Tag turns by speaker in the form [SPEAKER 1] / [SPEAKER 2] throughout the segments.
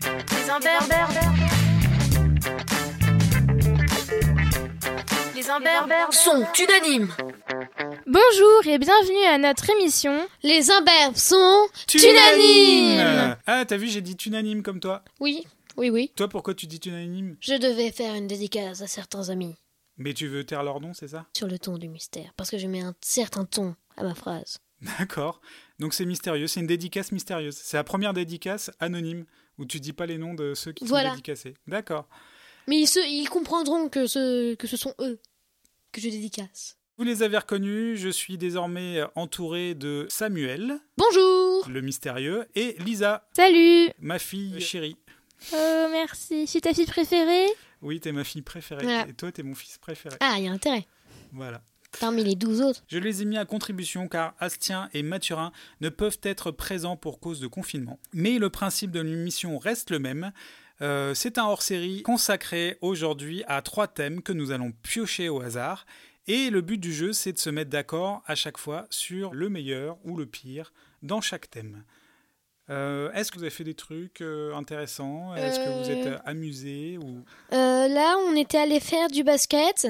[SPEAKER 1] imbert, les imberbes sont unanimes.
[SPEAKER 2] Bonjour et bienvenue à notre émission.
[SPEAKER 3] Les imberbes sont
[SPEAKER 4] Tunanime Ah, t'as vu, j'ai dit tunanime comme toi.
[SPEAKER 3] Oui, oui, oui.
[SPEAKER 4] Toi, pourquoi tu dis tunanime
[SPEAKER 3] Je devais faire une dédicace à certains amis
[SPEAKER 4] Mais tu veux taire leur nom, c'est ça
[SPEAKER 3] sur le ton du mystère, parce que je mets un certain ton à ma phrase.
[SPEAKER 4] D'accord. Donc c'est mystérieux, c'est une dédicace mystérieuse. C'est la première dédicace anonyme, où tu dis pas les noms de ceux qui
[SPEAKER 3] Voilà.
[SPEAKER 4] sont dédicacés. D'accord.
[SPEAKER 3] Mais ils, se, ils comprendront que ce, que ce sont eux que je dédicace.
[SPEAKER 4] Vous les avez reconnus, je suis désormais entouré de Samuel,
[SPEAKER 3] Bonjour
[SPEAKER 4] le mystérieux, et Lisa,
[SPEAKER 2] Salut
[SPEAKER 4] ma fille chérie.
[SPEAKER 2] Oh, merci. Je suis ta fille préférée
[SPEAKER 4] Oui, t'es ma fille préférée.
[SPEAKER 3] Voilà.
[SPEAKER 4] Et toi, t'es mon fils préféré.
[SPEAKER 3] Ah, il y a intérêt.
[SPEAKER 4] Voilà.
[SPEAKER 3] Parmi les douze autres.
[SPEAKER 4] Je les ai mis à contribution car Astien et Mathurin ne peuvent être présents pour cause de confinement. Mais le principe de l'émission reste le même. Euh, c'est un hors-série consacré aujourd'hui à trois thèmes que nous allons piocher au hasard. Et le but du jeu, c'est de se mettre d'accord à chaque fois sur le meilleur ou le pire dans chaque thème. Euh, Est-ce que vous avez fait des trucs euh, intéressants Est-ce que vous êtes
[SPEAKER 3] Euh.
[SPEAKER 4] amusé ou...
[SPEAKER 3] Euh, là, on était allé faire du basket.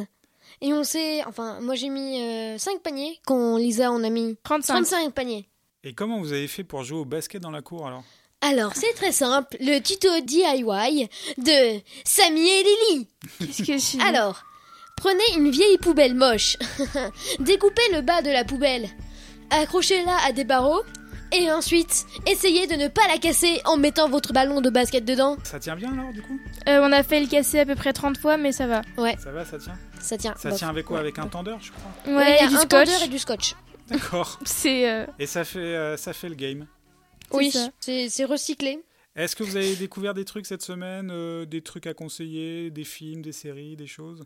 [SPEAKER 3] Et on s'est. Enfin, moi j'ai mis 5 paniers. Quand Lisa en a mis
[SPEAKER 2] 35.
[SPEAKER 3] 35 paniers.
[SPEAKER 4] Et comment vous avez fait pour jouer au basket dans la cour alors
[SPEAKER 3] Alors, c'est très simple. Le tuto DIY de Samy et Lily.
[SPEAKER 2] Qu'est-ce que je suis
[SPEAKER 3] Alors, prenez une vieille poubelle moche, découpez le bas de la poubelle, accrochez-la à des barreaux, et ensuite, essayez de ne pas la casser en mettant votre ballon de basket dedans.
[SPEAKER 4] Ça tient bien alors du coup
[SPEAKER 2] Euh, On a fait le casser à peu près 30 fois, mais ça va.
[SPEAKER 4] Ça va, ça tient
[SPEAKER 3] Ça tient.
[SPEAKER 4] Ça
[SPEAKER 2] Bah,
[SPEAKER 3] Bof.
[SPEAKER 4] tient avec quoi
[SPEAKER 3] Ouais.
[SPEAKER 4] Avec un tendeur, je crois.
[SPEAKER 2] Ouais,
[SPEAKER 3] Ouais, il y a
[SPEAKER 2] et du
[SPEAKER 3] un
[SPEAKER 2] scotch.
[SPEAKER 3] tendeur et du scotch.
[SPEAKER 4] D'accord.
[SPEAKER 2] C'est. euh,
[SPEAKER 4] Et ça fait, euh, ça fait le game.
[SPEAKER 2] C'est
[SPEAKER 3] Oui,
[SPEAKER 2] ça.
[SPEAKER 3] c'est c'est recyclé.
[SPEAKER 4] Est-ce que vous avez découvert des trucs cette semaine euh, Des trucs à conseiller Des films, des séries, des choses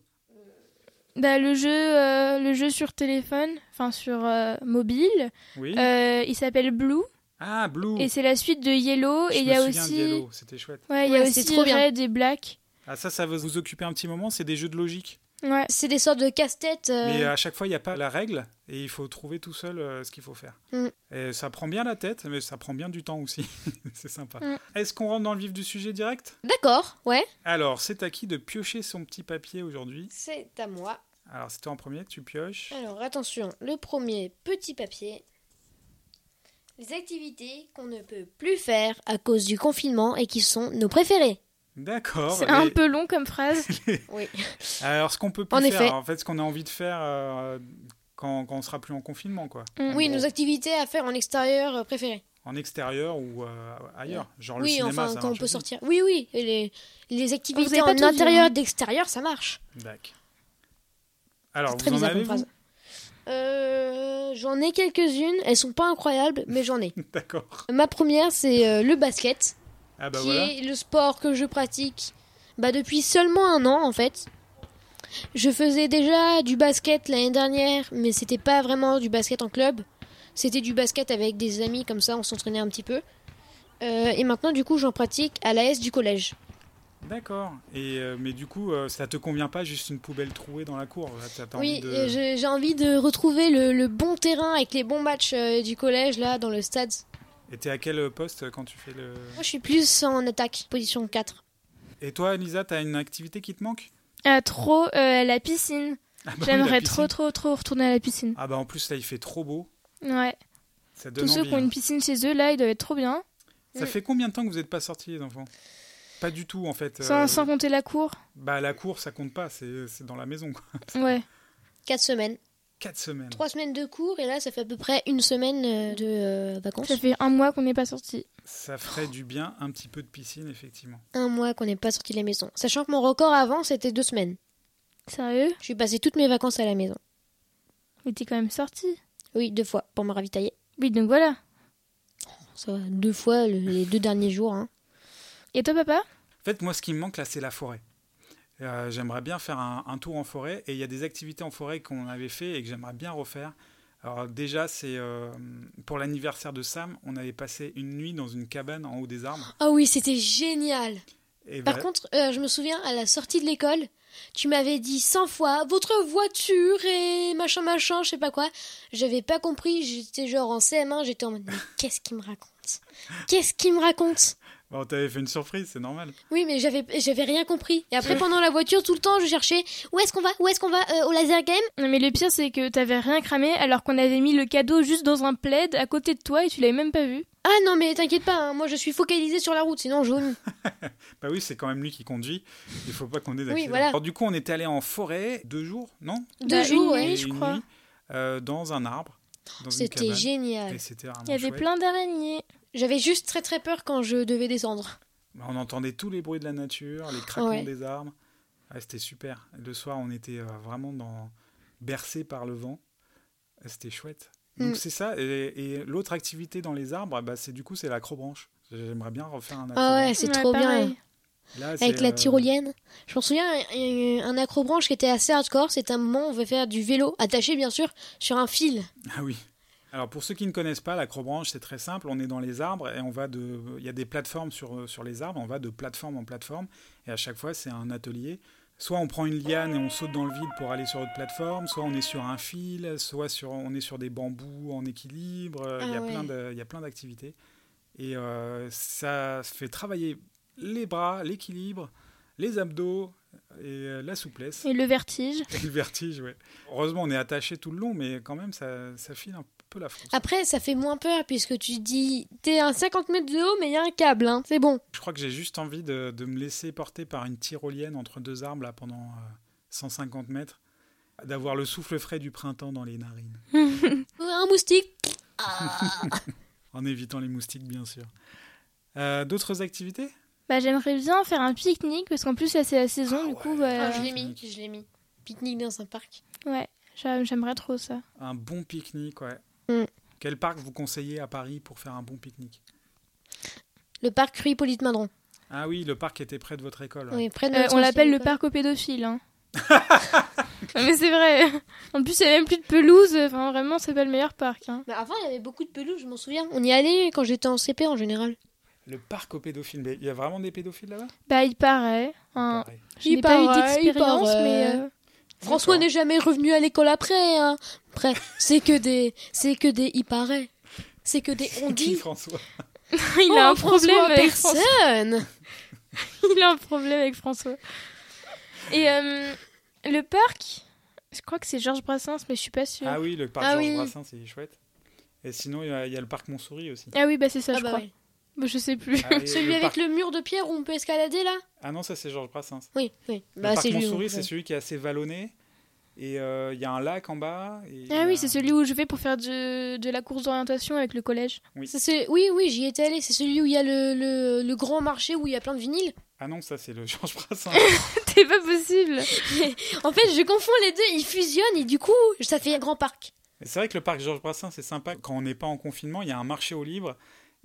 [SPEAKER 2] Bah, le jeu, euh, le jeu sur téléphone, enfin sur euh, mobile,
[SPEAKER 4] Oui
[SPEAKER 2] euh, il s'appelle Blue
[SPEAKER 4] Ah,
[SPEAKER 3] Oh.
[SPEAKER 4] Blue
[SPEAKER 2] et c'est la suite de Yellow
[SPEAKER 4] Je
[SPEAKER 2] et il
[SPEAKER 4] me
[SPEAKER 2] y a
[SPEAKER 4] souviens de
[SPEAKER 2] aussi,
[SPEAKER 4] Yellow, c'était chouette.
[SPEAKER 2] ouais, il y a
[SPEAKER 3] Ouais,
[SPEAKER 2] aussi
[SPEAKER 3] c'est trop bien.
[SPEAKER 2] Red et Black.
[SPEAKER 4] Ah, ça, ça va vous occuper un petit moment, c'est des jeux de logique.
[SPEAKER 2] Ouais.
[SPEAKER 3] C'est des sortes de casse-tête. euh,
[SPEAKER 4] Mais à chaque fois, il n'y a pas la règle et il faut trouver tout seul euh, ce qu'il faut faire.
[SPEAKER 3] Mm.
[SPEAKER 4] Et ça prend bien la tête, mais ça prend bien du temps aussi. c'est sympa.
[SPEAKER 2] Mm.
[SPEAKER 4] Est-ce qu'on rentre dans le vif du sujet direct
[SPEAKER 3] D'accord, ouais.
[SPEAKER 4] Alors, c'est à qui de piocher son petit papier aujourd'hui
[SPEAKER 3] C'est à moi.
[SPEAKER 4] Alors, c'était en premier, tu pioches.
[SPEAKER 3] Alors attention, le premier petit papier. Les activités qu'on ne peut plus faire à cause du confinement et qui sont nos préférées.
[SPEAKER 4] D'accord.
[SPEAKER 2] c'est
[SPEAKER 4] et-
[SPEAKER 2] un peu long comme phrase.
[SPEAKER 3] Oui.
[SPEAKER 4] Alors, ce qu'on peut plus
[SPEAKER 3] En
[SPEAKER 4] faire,
[SPEAKER 3] effet.
[SPEAKER 4] en fait, ce qu'on a envie de faire euh, quand, quand on sera plus en confinement, quoi.
[SPEAKER 2] Mm.
[SPEAKER 3] Oui,
[SPEAKER 4] En
[SPEAKER 3] nos
[SPEAKER 4] gros,
[SPEAKER 3] activités à faire en extérieur euh, préférées.
[SPEAKER 4] En extérieur ou euh, ailleurs. Genre le
[SPEAKER 3] oui,
[SPEAKER 4] cinéma,
[SPEAKER 3] enfin,
[SPEAKER 4] ça
[SPEAKER 3] quand on
[SPEAKER 4] marche
[SPEAKER 3] peut
[SPEAKER 4] aussi.
[SPEAKER 3] sortir. Oui, oui, et les, les
[SPEAKER 2] Vous
[SPEAKER 3] activités
[SPEAKER 2] avez pas
[SPEAKER 3] en
[SPEAKER 2] tout dit,
[SPEAKER 3] intérieur,
[SPEAKER 2] hein.
[SPEAKER 3] d'extérieur, ça marche.
[SPEAKER 4] D'accord. Alors,
[SPEAKER 3] C'est très
[SPEAKER 4] vous en
[SPEAKER 3] bizarre
[SPEAKER 4] avez
[SPEAKER 3] comme phrase. Euh, j'en ai quelques-unes, elles sont pas incroyables, mais j'en ai.
[SPEAKER 4] vous D'accord.
[SPEAKER 3] Ma première, c'est euh, le basket,
[SPEAKER 4] Ah bah
[SPEAKER 3] qui
[SPEAKER 4] voilà.
[SPEAKER 3] est le sport que je pratique bah, depuis seulement un an en fait. Je faisais déjà du basket l'année dernière, mais c'était pas vraiment du basket en club. C'était du basket avec des amis, comme ça on s'entraînait un petit peu. Euh, et maintenant, du coup, j'en pratique à l'AS du collège.
[SPEAKER 4] D'accord. Et euh, mais du coup, euh, ça te convient pas juste une poubelle trouée dans la cour là, t'as- t'as
[SPEAKER 3] Oui,
[SPEAKER 4] envie de-
[SPEAKER 3] et j'ai j'ai envie de retrouver le, le bon terrain avec les bons matchs euh, du collège, là, dans le stade.
[SPEAKER 4] Et t'es à quel euh, poste quand tu fais le
[SPEAKER 3] Moi, je suis plus en attaque, position 4.
[SPEAKER 4] Et toi, Lisa, t'as une activité qui te manque
[SPEAKER 2] Ah, trop euh, la piscine.
[SPEAKER 4] Ah bah oui, la
[SPEAKER 2] J'aimerais
[SPEAKER 4] piscine.
[SPEAKER 2] trop, trop, trop retourner à la piscine.
[SPEAKER 4] Ah bah en plus là, il fait trop beau.
[SPEAKER 2] Ouais.
[SPEAKER 4] Ça donne
[SPEAKER 2] Tous ceux
[SPEAKER 4] envie,
[SPEAKER 2] qui ont
[SPEAKER 4] hein.
[SPEAKER 2] une piscine chez eux, là, ils doivent être trop bien.
[SPEAKER 4] Ça
[SPEAKER 3] Mm.
[SPEAKER 4] fait combien de temps que vous n'êtes pas sortis, les enfants Pas du tout, en fait.
[SPEAKER 2] Sans,
[SPEAKER 4] euh,
[SPEAKER 2] sans compter la cour.
[SPEAKER 4] Bah, la cour, ça compte pas, c'est c'est dans la maison, quoi.
[SPEAKER 2] Ouais.
[SPEAKER 3] 4 semaines.
[SPEAKER 4] Quatre semaines.
[SPEAKER 3] 3 semaines de cours, et là, ça fait à peu près une semaine euh, de euh, vacances.
[SPEAKER 2] Ça fait un mois qu'on n'est pas sorti.
[SPEAKER 4] Ça ferait du bien un petit peu de piscine, effectivement.
[SPEAKER 3] Un mois qu'on n'est pas sorti de la maison. Sachant que mon record avant, c'était 2 semaines.
[SPEAKER 2] Sérieux
[SPEAKER 3] Je suis passé toutes mes vacances à la maison.
[SPEAKER 2] Mais t'es quand même sorti.
[SPEAKER 3] Oui, deux fois, pour me ravitailler.
[SPEAKER 2] Oui, donc voilà.
[SPEAKER 3] Ça va, deux fois le- les deux derniers jours. hein.
[SPEAKER 2] Et toi, papa
[SPEAKER 4] En fait, moi, ce qui me manque, là, c'est la forêt. Euh, j'aimerais bien faire un, un tour en forêt, et il y a des activités en forêt qu'on avait fait et que j'aimerais bien refaire. Alors, déjà, c'est euh, pour l'anniversaire de Sam, on avait passé une nuit dans une cabane en haut des arbres.
[SPEAKER 3] Ah oui, c'était génial!
[SPEAKER 4] Et bah,
[SPEAKER 3] Par
[SPEAKER 4] vra-
[SPEAKER 3] contre, euh, je me souviens, à la sortie de l'école, tu m'avais dit 100 fois votre voiture et machin machin, je sais pas quoi. J'avais pas compris, j'étais genre en CM1, j'étais en mode mais qu'est-ce qu'il me raconte Qu'est-ce qu'il me raconte
[SPEAKER 4] Bon, t'avais bah, fait une surprise, c'est normal.
[SPEAKER 3] Oui, mais j'avais j'avais rien compris. Et après, pendant la voiture, tout le temps, je cherchais où est-ce qu'on va, où est-ce qu'on va euh, au laser game.
[SPEAKER 2] Non, mais le pire, c'est que t'avais rien cramé alors qu'on avait mis le cadeau juste dans un plaid à côté de toi et tu l'avais même pas vu.
[SPEAKER 3] Ah non, mais t'inquiète pas, hein, moi je suis focalisée sur la route, sinon jaune.
[SPEAKER 4] Bah oui, c'est quand même lui qui conduit. Il faut pas qu'on ait
[SPEAKER 3] Oui,
[SPEAKER 4] d'accident.
[SPEAKER 3] voilà.
[SPEAKER 4] Alors du coup, on était allé en forêt deux jours, non
[SPEAKER 3] Deux
[SPEAKER 2] Bah,
[SPEAKER 3] jours,
[SPEAKER 2] une
[SPEAKER 3] ouais.
[SPEAKER 2] nuit,
[SPEAKER 4] Et
[SPEAKER 2] je
[SPEAKER 4] une
[SPEAKER 2] crois.
[SPEAKER 4] nuit, euh, dans un arbre. dans une
[SPEAKER 3] C'était
[SPEAKER 4] cabane.
[SPEAKER 3] génial.
[SPEAKER 4] Et c'était vraiment
[SPEAKER 2] Il y avait
[SPEAKER 4] Ah, chouette.
[SPEAKER 2] plein d'araignées.
[SPEAKER 3] J'avais juste très très peur quand je devais descendre.
[SPEAKER 4] Bah, On entendait tous les bruits de la nature, les craquements
[SPEAKER 3] Ouais.
[SPEAKER 4] des arbres. Ouais, c'était super. Et Le soir, on était euh, vraiment dans... bercé par le vent. Euh, C'était chouette. Donc
[SPEAKER 3] Mm.
[SPEAKER 4] c'est ça. Et, et l'autre activité dans les arbres, bah, c'est du coup, c'est l'acrobranche. J'aimerais bien refaire un
[SPEAKER 3] Ah ouais,
[SPEAKER 4] acrobranche.
[SPEAKER 3] c'est
[SPEAKER 2] Ouais,
[SPEAKER 3] trop
[SPEAKER 2] pareil.
[SPEAKER 3] bien.
[SPEAKER 4] Là,
[SPEAKER 3] Avec
[SPEAKER 4] c'est,
[SPEAKER 3] la
[SPEAKER 4] euh,
[SPEAKER 3] tyrolienne. Je m'en souviens, il y a eu un acrobranche qui était assez hardcore. C'est un moment où on veut faire du vélo, attaché bien sûr, sur un fil.
[SPEAKER 4] Ah oui. Alors pour ceux qui ne connaissent pas l'acrobranche, c'est très simple. On est dans les arbres et on va de, il y a des plateformes sur, euh, sur les arbres. On va de plateforme en plateforme et à chaque fois c'est un atelier. Soit on prend une liane et on saute dans le vide pour aller sur autre plateforme, soit on est sur un fil, soit sur, on est sur des bambous en équilibre. Euh, il, y a
[SPEAKER 3] Ah ouais.
[SPEAKER 4] plein de, il y a plein d'activités et euh, ça fait travailler les bras, l'équilibre, les abdos et euh, la souplesse.
[SPEAKER 2] Et le vertige.
[SPEAKER 4] Et le vertige, ouais. Heureusement, on est attaché tout le long, mais quand même, ça, ça file un peu la frousse.
[SPEAKER 3] Après, ça fait moins peur puisque tu te dis, t'es à 50 mètres de haut, mais il y a un câble, hein. c'est bon.
[SPEAKER 4] Je crois que j'ai juste envie de, de me laisser porter par une tyrolienne entre deux arbres là, pendant euh, 150 mètres, d'avoir le souffle frais du printemps dans les narines,
[SPEAKER 3] Un moustique. Ah.
[SPEAKER 4] en évitant les moustiques, bien sûr. Euh, D'autres activités
[SPEAKER 2] Bah, j'aimerais bien faire un pique-nique parce qu'en plus, là, c'est la saison,
[SPEAKER 4] Ah
[SPEAKER 2] du coup,
[SPEAKER 3] Ah,
[SPEAKER 2] bah,
[SPEAKER 3] je l'ai mis, je l'ai mis. Pique-nique dans un parc.
[SPEAKER 2] ouais, j'a- j'aimerais trop ça.
[SPEAKER 4] Un bon pique-nique, ouais.
[SPEAKER 3] Mm.
[SPEAKER 4] Quel parc vous conseillez à Paris pour faire un bon pique-nique
[SPEAKER 3] Le parc Rue Hippolyte Madron.
[SPEAKER 4] Ah oui, le parc était près de votre école. ouais.
[SPEAKER 3] Oui, près de
[SPEAKER 2] Euh,
[SPEAKER 3] notre
[SPEAKER 2] on l'appelle le
[SPEAKER 3] ancienne
[SPEAKER 2] parc aux pédophiles, hein. Non, Mais c'est vrai. En plus, il n'y a même plus de pelouse. Enfin, vraiment, c'est pas le meilleur parc. hein.
[SPEAKER 3] école. Bah, avant, il y avait beaucoup de pelouses, je m'en souviens. On y allait quand j'étais en CP en général.
[SPEAKER 4] Le parc aux pédophiles. Mais il y a vraiment des pédophiles là-bas
[SPEAKER 2] Bah, il paraît. hein.
[SPEAKER 4] Pareil.
[SPEAKER 2] Je
[SPEAKER 3] Il
[SPEAKER 2] n'ai pas eu
[SPEAKER 3] paraît, il
[SPEAKER 2] d'expérience,
[SPEAKER 3] paraît.
[SPEAKER 2] mais euh,
[SPEAKER 3] François
[SPEAKER 4] D'accord.
[SPEAKER 3] n'est jamais revenu à l'école après. Hein. Après, c'est que des, c'est que des, il paraît, c'est que des on dit.
[SPEAKER 4] Qui,
[SPEAKER 3] Oh,
[SPEAKER 4] François
[SPEAKER 2] il a un problème avec Oh, François.
[SPEAKER 3] personne.
[SPEAKER 2] Il a un problème avec François. Et euh, le parc, je crois que c'est Georges Brassens, mais je suis pas sûre.
[SPEAKER 4] Ah oui, le parc
[SPEAKER 3] Ah
[SPEAKER 4] Georges
[SPEAKER 3] oui.
[SPEAKER 4] Brassens, c'est chouette. Et sinon, il y, a- il y a le parc Montsouris aussi.
[SPEAKER 2] Ah oui, bah c'est ça,
[SPEAKER 3] Ah
[SPEAKER 2] je
[SPEAKER 3] bah
[SPEAKER 2] crois.
[SPEAKER 3] ouais.
[SPEAKER 2] Bah, je sais plus.
[SPEAKER 4] Ah, et
[SPEAKER 3] Celui
[SPEAKER 4] le
[SPEAKER 3] avec
[SPEAKER 4] parc-
[SPEAKER 3] le mur de pierre où on peut escalader là.
[SPEAKER 4] Ah non, ça c'est Georges Brassens.
[SPEAKER 3] Oui, oui.
[SPEAKER 4] Le
[SPEAKER 3] Bah
[SPEAKER 4] parc
[SPEAKER 3] c'est lui.
[SPEAKER 4] Montsouris,
[SPEAKER 3] donc,
[SPEAKER 4] c'est celui qui est assez vallonné. Et euh, il y a un lac en bas. et il y
[SPEAKER 2] Ah
[SPEAKER 4] a-
[SPEAKER 2] oui, c'est celui où je vais pour faire de, de la course d'orientation avec le collège.
[SPEAKER 3] c'est ce- Oui, oui, j'y étais allé. C'est celui où il y a le, le, le grand marché où il y a plein de vinyles.
[SPEAKER 4] Ah non, ça c'est le Georges Brassens.
[SPEAKER 2] C'est pas possible.
[SPEAKER 3] En fait, je confonds les deux. Ils fusionnent et du coup, ça fait un grand parc.
[SPEAKER 4] Mais c'est vrai que le parc Georges Brassens, c'est sympa. Quand on n'est pas en confinement, il y a un marché au libre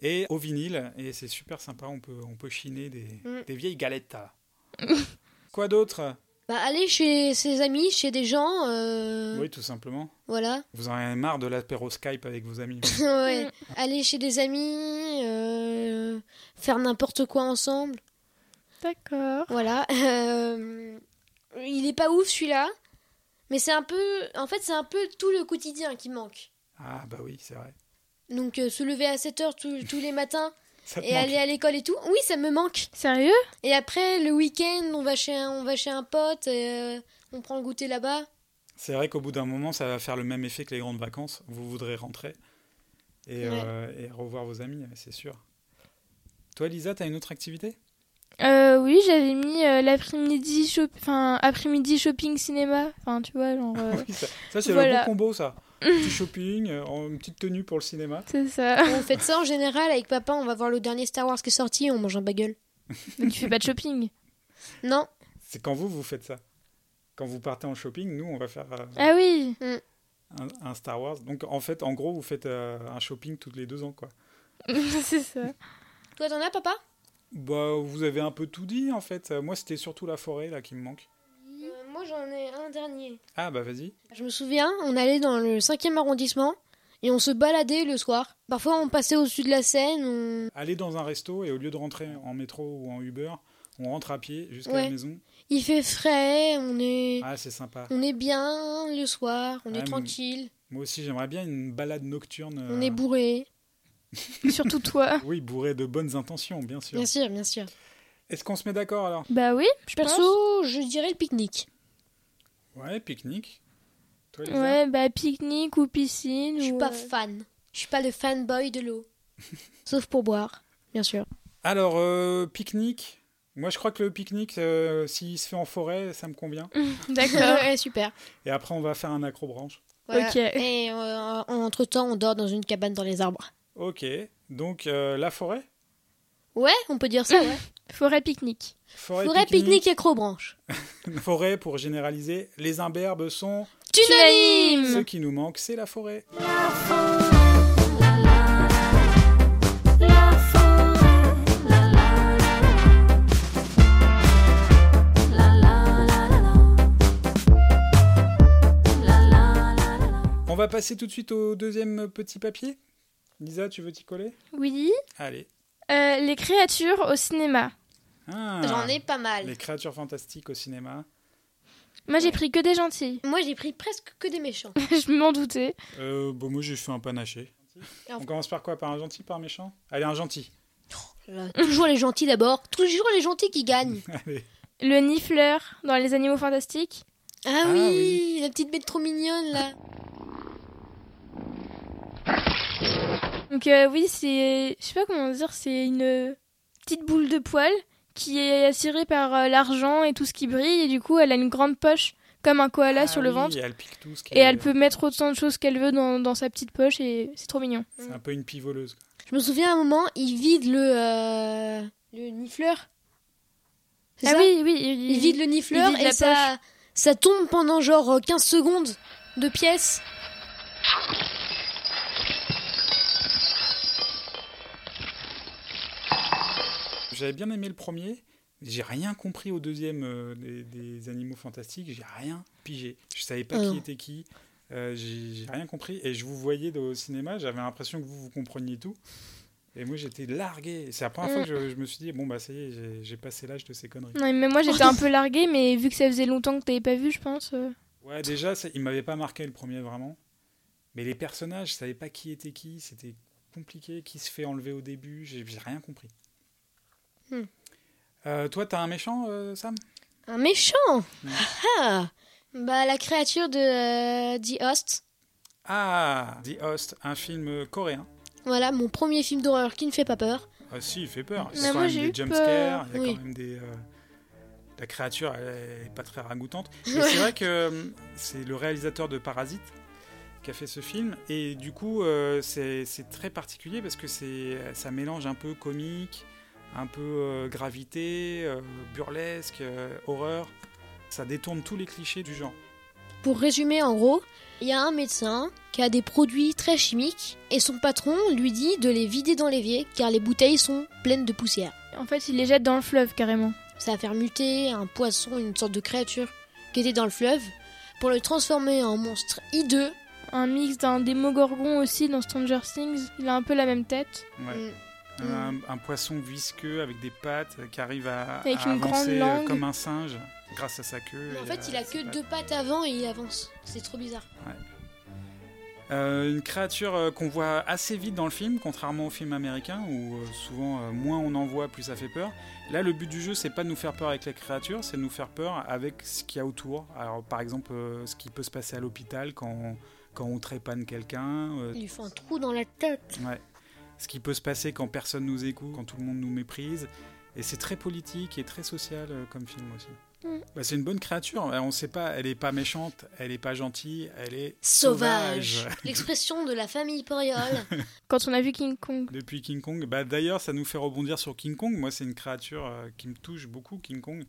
[SPEAKER 4] et au vinyle. Et c'est super sympa. On peut, on peut chiner des,
[SPEAKER 3] Mm.
[SPEAKER 4] des vieilles galettes. Quoi d'autre
[SPEAKER 3] Bah aller chez ses amis, chez des gens. euh,
[SPEAKER 4] Oui, tout simplement.
[SPEAKER 3] Voilà.
[SPEAKER 4] Vous en avez marre de l'apéro Skype avec vos amis.
[SPEAKER 3] ouais. Aller chez des amis, euh, faire n'importe quoi ensemble.
[SPEAKER 2] D'accord.
[SPEAKER 3] Voilà. Euh, il est pas ouf celui-là, mais c'est un peu. En fait, c'est un peu tout le quotidien qui manque.
[SPEAKER 4] Ah bah oui, c'est vrai.
[SPEAKER 3] Donc, euh, se lever à 7 heures tous- tous les matins
[SPEAKER 4] Ça te
[SPEAKER 3] et
[SPEAKER 4] manque.
[SPEAKER 3] aller à l'école et tout. Oui, ça me manque.
[SPEAKER 2] Sérieux
[SPEAKER 3] Et après, le week-end, on va chez un, on va chez un pote, et, euh, on prend le goûter là-bas.
[SPEAKER 4] C'est vrai qu'au bout d'un moment, ça va faire le même effet que les grandes vacances. Vous voudrez rentrer et,
[SPEAKER 3] Ouais.
[SPEAKER 4] euh, et revoir vos amis, c'est sûr. Toi, Lisa, t'as une autre activité
[SPEAKER 2] euh, Oui, j'avais mis euh, l'après-midi shop... enfin, après-midi shopping cinéma. Enfin, tu vois, genre. euh,
[SPEAKER 4] Oui, ça, ça, c'est
[SPEAKER 2] Voilà.
[SPEAKER 4] le bon combo, ça. Petit shopping, euh, en- une petite tenue pour le cinéma.
[SPEAKER 2] c'est ça.
[SPEAKER 3] on fait ça en général avec papa. On va voir le dernier Star Wars qui est sorti et on mange un bagel.
[SPEAKER 2] Mais tu fais pas de shopping.
[SPEAKER 3] Non.
[SPEAKER 4] C'est quand vous, vous faites ça. Quand vous partez en shopping, nous, on va faire euh,
[SPEAKER 2] Ah oui
[SPEAKER 4] un, un Star Wars. Donc, en fait, en gros, vous faites euh, un shopping toutes les deux ans, quoi.
[SPEAKER 2] C'est ça.
[SPEAKER 3] Toi, t'en as, papa
[SPEAKER 4] Bah, vous avez un peu tout dit, en fait. Euh, Moi, c'était surtout la forêt, là, qui me manque.
[SPEAKER 3] Euh, Moi, j'en ai un dernier.
[SPEAKER 4] Ah, bah, vas-y.
[SPEAKER 3] Je me souviens, on allait dans le 5e arrondissement et on se baladait le soir. Parfois, on passait au-dessus de la Seine. on-
[SPEAKER 4] Aller dans un resto et au lieu de rentrer en métro ou en Uber, on rentre à pied jusqu'à la
[SPEAKER 3] Ouais.
[SPEAKER 4] maison.
[SPEAKER 3] Il fait frais, on est,
[SPEAKER 4] Ah, c'est sympa.
[SPEAKER 3] on est bien le soir, on
[SPEAKER 4] Ouais,
[SPEAKER 3] est
[SPEAKER 4] mais-
[SPEAKER 3] tranquille,
[SPEAKER 4] Moi aussi, j'aimerais bien une balade nocturne. euh,
[SPEAKER 3] on est bourré.
[SPEAKER 2] Surtout toi.
[SPEAKER 4] Oui, bourré de bonnes intentions, bien sûr.
[SPEAKER 3] Bien sûr, bien sûr.
[SPEAKER 4] Est-ce qu'on se met d'accord alors
[SPEAKER 2] Bah oui, je pense.
[SPEAKER 3] Perso, je dirais le pique-nique.
[SPEAKER 4] Ouais, pique-nique. Toi, Lisa
[SPEAKER 2] Ouais, bah pique-nique ou piscine.
[SPEAKER 3] Je suis
[SPEAKER 2] ou,
[SPEAKER 3] pas
[SPEAKER 2] euh,
[SPEAKER 3] fan. Je suis pas le fanboy de l'eau. Sauf pour boire, bien sûr.
[SPEAKER 4] Alors, euh, pique-nique. Moi, je crois que le pique-nique, euh, s'il se fait en forêt, ça me convient.
[SPEAKER 3] Mm.
[SPEAKER 2] D'accord.
[SPEAKER 3] ouais, super.
[SPEAKER 4] Et après, on va faire un acrobranche.
[SPEAKER 3] Voilà.
[SPEAKER 2] Ok.
[SPEAKER 3] Et euh, entre-temps, on dort dans une cabane dans les arbres.
[SPEAKER 4] Ok. Donc, euh, la forêt
[SPEAKER 3] Ouais, on peut dire ça, ouais.
[SPEAKER 2] Forêt pique-nique.
[SPEAKER 4] Forêt,
[SPEAKER 3] Forêt, pique-nique et crobranche.
[SPEAKER 4] Forêt, pour généraliser, les imberbes sont... Ce
[SPEAKER 2] Tunanime
[SPEAKER 4] qui nous manque, c'est la forêt. On va passer tout de suite au deuxième petit papier. Lisa, tu veux t'y coller
[SPEAKER 2] Oui.
[SPEAKER 4] Allez.
[SPEAKER 2] Euh, les créatures au cinéma.
[SPEAKER 4] Ah,
[SPEAKER 3] J'en ai pas mal.
[SPEAKER 4] Les créatures fantastiques au cinéma.
[SPEAKER 2] Moi, j'ai pris que des gentilles.
[SPEAKER 3] Moi, j'ai pris presque que des méchants.
[SPEAKER 2] je m'en doutais.
[SPEAKER 4] Euh, bon, moi, j'ai fait un panaché.
[SPEAKER 3] Alors-
[SPEAKER 4] On commence par quoi Par un gentil, par un méchant Allez, un gentil.
[SPEAKER 3] Voilà, toujours les gentils d'abord. Toujours les gentils qui gagnent.
[SPEAKER 4] Allez.
[SPEAKER 2] Le nifleur dans les animaux fantastiques.
[SPEAKER 3] Ah,
[SPEAKER 4] Ah
[SPEAKER 3] oui,
[SPEAKER 4] oui.
[SPEAKER 3] la petite bête trop mignonne là.
[SPEAKER 2] Donc euh, oui, c'est, je sais pas comment dire, c'est une petite boule de poil qui est attirée par euh, l'argent et tout ce qui brille et du coup elle a une grande poche comme un koala
[SPEAKER 4] Ah
[SPEAKER 2] sur le
[SPEAKER 4] oui,
[SPEAKER 2] ventre
[SPEAKER 4] et elle pique tout ce qui
[SPEAKER 2] et
[SPEAKER 4] est-
[SPEAKER 2] elle peut mettre autant de choses qu'elle veut dans, dans sa petite poche et c'est trop mignon. Ah
[SPEAKER 4] C'est un peu une pivoleuse.
[SPEAKER 3] Je me souviens à un moment, il vide le. euh, le nifleur. C'est
[SPEAKER 2] Ah
[SPEAKER 3] ça
[SPEAKER 2] oui, oui,
[SPEAKER 3] Il vide le nifleur
[SPEAKER 2] il vide
[SPEAKER 3] et
[SPEAKER 2] la
[SPEAKER 3] ça, ça tombe pendant genre 15 secondes de pièces.
[SPEAKER 4] J'avais bien aimé le premier. J'ai rien compris au deuxième euh, des, des animaux fantastiques. J'ai rien pigé. Je savais pas
[SPEAKER 3] Oh.
[SPEAKER 4] qui était qui. Euh, j'ai j'ai rien compris. Et je vous voyais au cinéma. J'avais l'impression que vous vous compreniez tout. Et moi j'étais largué. C'est la première fois que je, je me suis dit bon bah ça y est j'ai- j'ai passé l'âge de ces conneries.
[SPEAKER 2] Non, mais moi j'étais un peu larguée mais vu que ça faisait longtemps que t'avais pas vu, je pense. euh,
[SPEAKER 4] Ouais déjà ça- il m'avait pas marqué le premier vraiment. Mais les personnages je savais pas qui était qui. C'était compliqué. Qui se fait enlever au début. J'ai j'ai rien compris.
[SPEAKER 3] Hmm.
[SPEAKER 4] Euh, toi t'as un méchant euh, Sam
[SPEAKER 3] Un méchant
[SPEAKER 2] Mm.
[SPEAKER 4] Ouais.
[SPEAKER 3] Ah Bah, la créature de euh, The Host.
[SPEAKER 4] Ah, The Host, un film euh, coréen.
[SPEAKER 3] Voilà, mon premier film d'horreur qui ne fait pas peur.
[SPEAKER 4] Ah si, il fait peur. Il y
[SPEAKER 2] Mais
[SPEAKER 4] a quand
[SPEAKER 2] moi,
[SPEAKER 4] même
[SPEAKER 2] j'ai
[SPEAKER 4] des
[SPEAKER 2] eu
[SPEAKER 4] jumpscares,
[SPEAKER 2] peur.
[SPEAKER 4] il y a
[SPEAKER 3] Oui.
[SPEAKER 4] quand même des... euh, La créature, elle est pas très ragoûtante. Mais c'est vrai que euh, c'est le réalisateur de Parasite qui a fait ce film. Et du coup, euh, c'est c'est très particulier parce que c'est ça mélange un peu comique, un peu euh, gravité, euh, burlesque, euh, horreur. Ça détourne tous les clichés du genre.
[SPEAKER 3] Pour résumer, en gros, il y a un médecin qui a des produits très chimiques et son patron lui dit de les vider dans l'évier car les bouteilles sont pleines de poussière.
[SPEAKER 2] En fait, il les jette dans le fleuve carrément.
[SPEAKER 3] Ça va faire muter un poisson, une sorte de créature qui était dans le fleuve, pour le transformer en monstre hideux.
[SPEAKER 2] Un mix d'un démogorgon aussi dans Stranger Things, il a un peu la même tête
[SPEAKER 4] Ouais.
[SPEAKER 3] Mm.
[SPEAKER 4] Un, un poisson visqueux avec des pattes euh, qui arrive à,
[SPEAKER 2] Avec
[SPEAKER 4] à
[SPEAKER 2] une grande
[SPEAKER 4] avancer euh,
[SPEAKER 2] langue.
[SPEAKER 4] comme un singe grâce à sa queue.
[SPEAKER 3] Mais en
[SPEAKER 4] et
[SPEAKER 3] fait,
[SPEAKER 4] à
[SPEAKER 3] il a
[SPEAKER 4] ses
[SPEAKER 3] que
[SPEAKER 4] pattes.
[SPEAKER 3] deux pattes avant et il avance. C'est trop bizarre.
[SPEAKER 4] Euh, une créature euh, qu'on voit assez vite dans le film, contrairement au film américain où euh, souvent euh, moins on en voit, plus ça fait peur. Là, le but du jeu, c'est pas de nous faire peur avec la créature, c'est de nous faire peur avec ce qu'il y a autour. Alors, par exemple, euh, ce qui peut se passer à l'hôpital quand, quand on trépane quelqu'un, euh,
[SPEAKER 3] Il lui fait un trou dans la tête.
[SPEAKER 4] Ouais. Ce qui peut se passer quand personne nous écoute, quand tout le monde nous méprise. Et c'est très politique et très social euh, comme film aussi.
[SPEAKER 2] Mm.
[SPEAKER 4] Bah, c'est une bonne créature. euh, On sait pas, elle est pas méchante, elle est pas gentille, elle est
[SPEAKER 3] Sauvage.
[SPEAKER 4] Sauvage.
[SPEAKER 3] L'expression de la famille Poriol.
[SPEAKER 2] quand on a vu King Kong.
[SPEAKER 4] depuis King Kong. Bah d'ailleurs, ça nous fait rebondir sur King Kong. Moi, c'est une créature euh, qui me touche beaucoup, King Kong,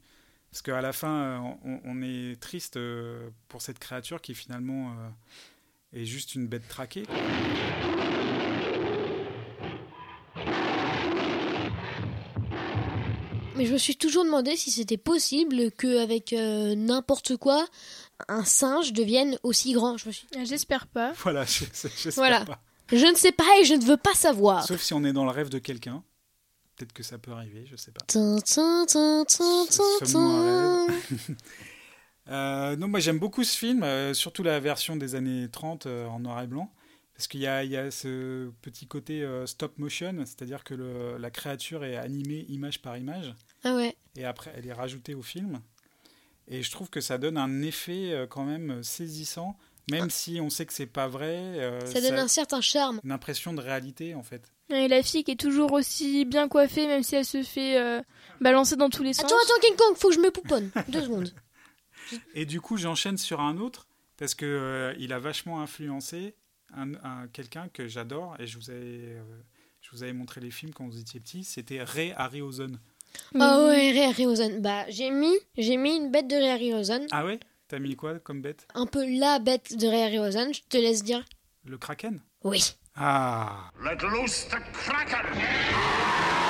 [SPEAKER 4] parce qu'à la fin, euh, on, on est triste euh, pour cette créature qui finalement euh, est juste une bête traquée.
[SPEAKER 3] Mais je me suis toujours demandé si c'était possible qu'avec n'importe quoi, un singe devienne aussi grand. Je, me suis-
[SPEAKER 2] Ah, J'espère pas.
[SPEAKER 4] Voilà, je- je- j'espère
[SPEAKER 3] Voilà. Ah.
[SPEAKER 4] pas.
[SPEAKER 3] je ne sais pas et je ne veux pas savoir.
[SPEAKER 4] Sauf si on est dans le rêve de quelqu'un. Peut-être que ça peut arriver, je sais pas.
[SPEAKER 3] Tin, tin, tin, tin, tin,
[SPEAKER 4] Sommes-nous
[SPEAKER 3] tin.
[SPEAKER 4] Euh, non, moi j'aime beaucoup ce film, euh, surtout la version des années 30 euh, en noir et blanc, Parce qu'il y, a- il y a ce petit côté euh, stop motion, c'est-à-dire que le- la créature est animée image par image,
[SPEAKER 3] Ah ouais.
[SPEAKER 4] et après elle est rajoutée au film. Et je trouve que ça donne un effet euh, quand même saisissant, même si on sait que c'est pas vrai. euh,
[SPEAKER 3] Ça donne un certain charme.
[SPEAKER 4] une impression de réalité en fait.
[SPEAKER 2] Et la fille qui est toujours aussi bien coiffée, même si elle se fait euh, balancer dans tous les sens.
[SPEAKER 3] Attends, attends, King Kong, faut que je me pouponne. Deux secondes.
[SPEAKER 4] Et du coup, j'enchaîne sur un autre parce que euh, il a vachement influencé un, un- quelqu'un que j'adore et je vous avais euh, je vous avais montré les films quand vous étiez petit, c'était Ray Harryhausen.
[SPEAKER 2] Mais-
[SPEAKER 3] Ah ouais, Ray Harryhausen. Bah, j'ai mis, j'ai mis une bête de Ray Harryhausen.
[SPEAKER 4] Ah ouais T'as mis quoi comme bête
[SPEAKER 3] Un peu la bête de Ray Harryhausen, je te laisse dire.
[SPEAKER 4] Le Kraken
[SPEAKER 3] Oui.
[SPEAKER 4] Ah
[SPEAKER 5] Let loose the Kraken!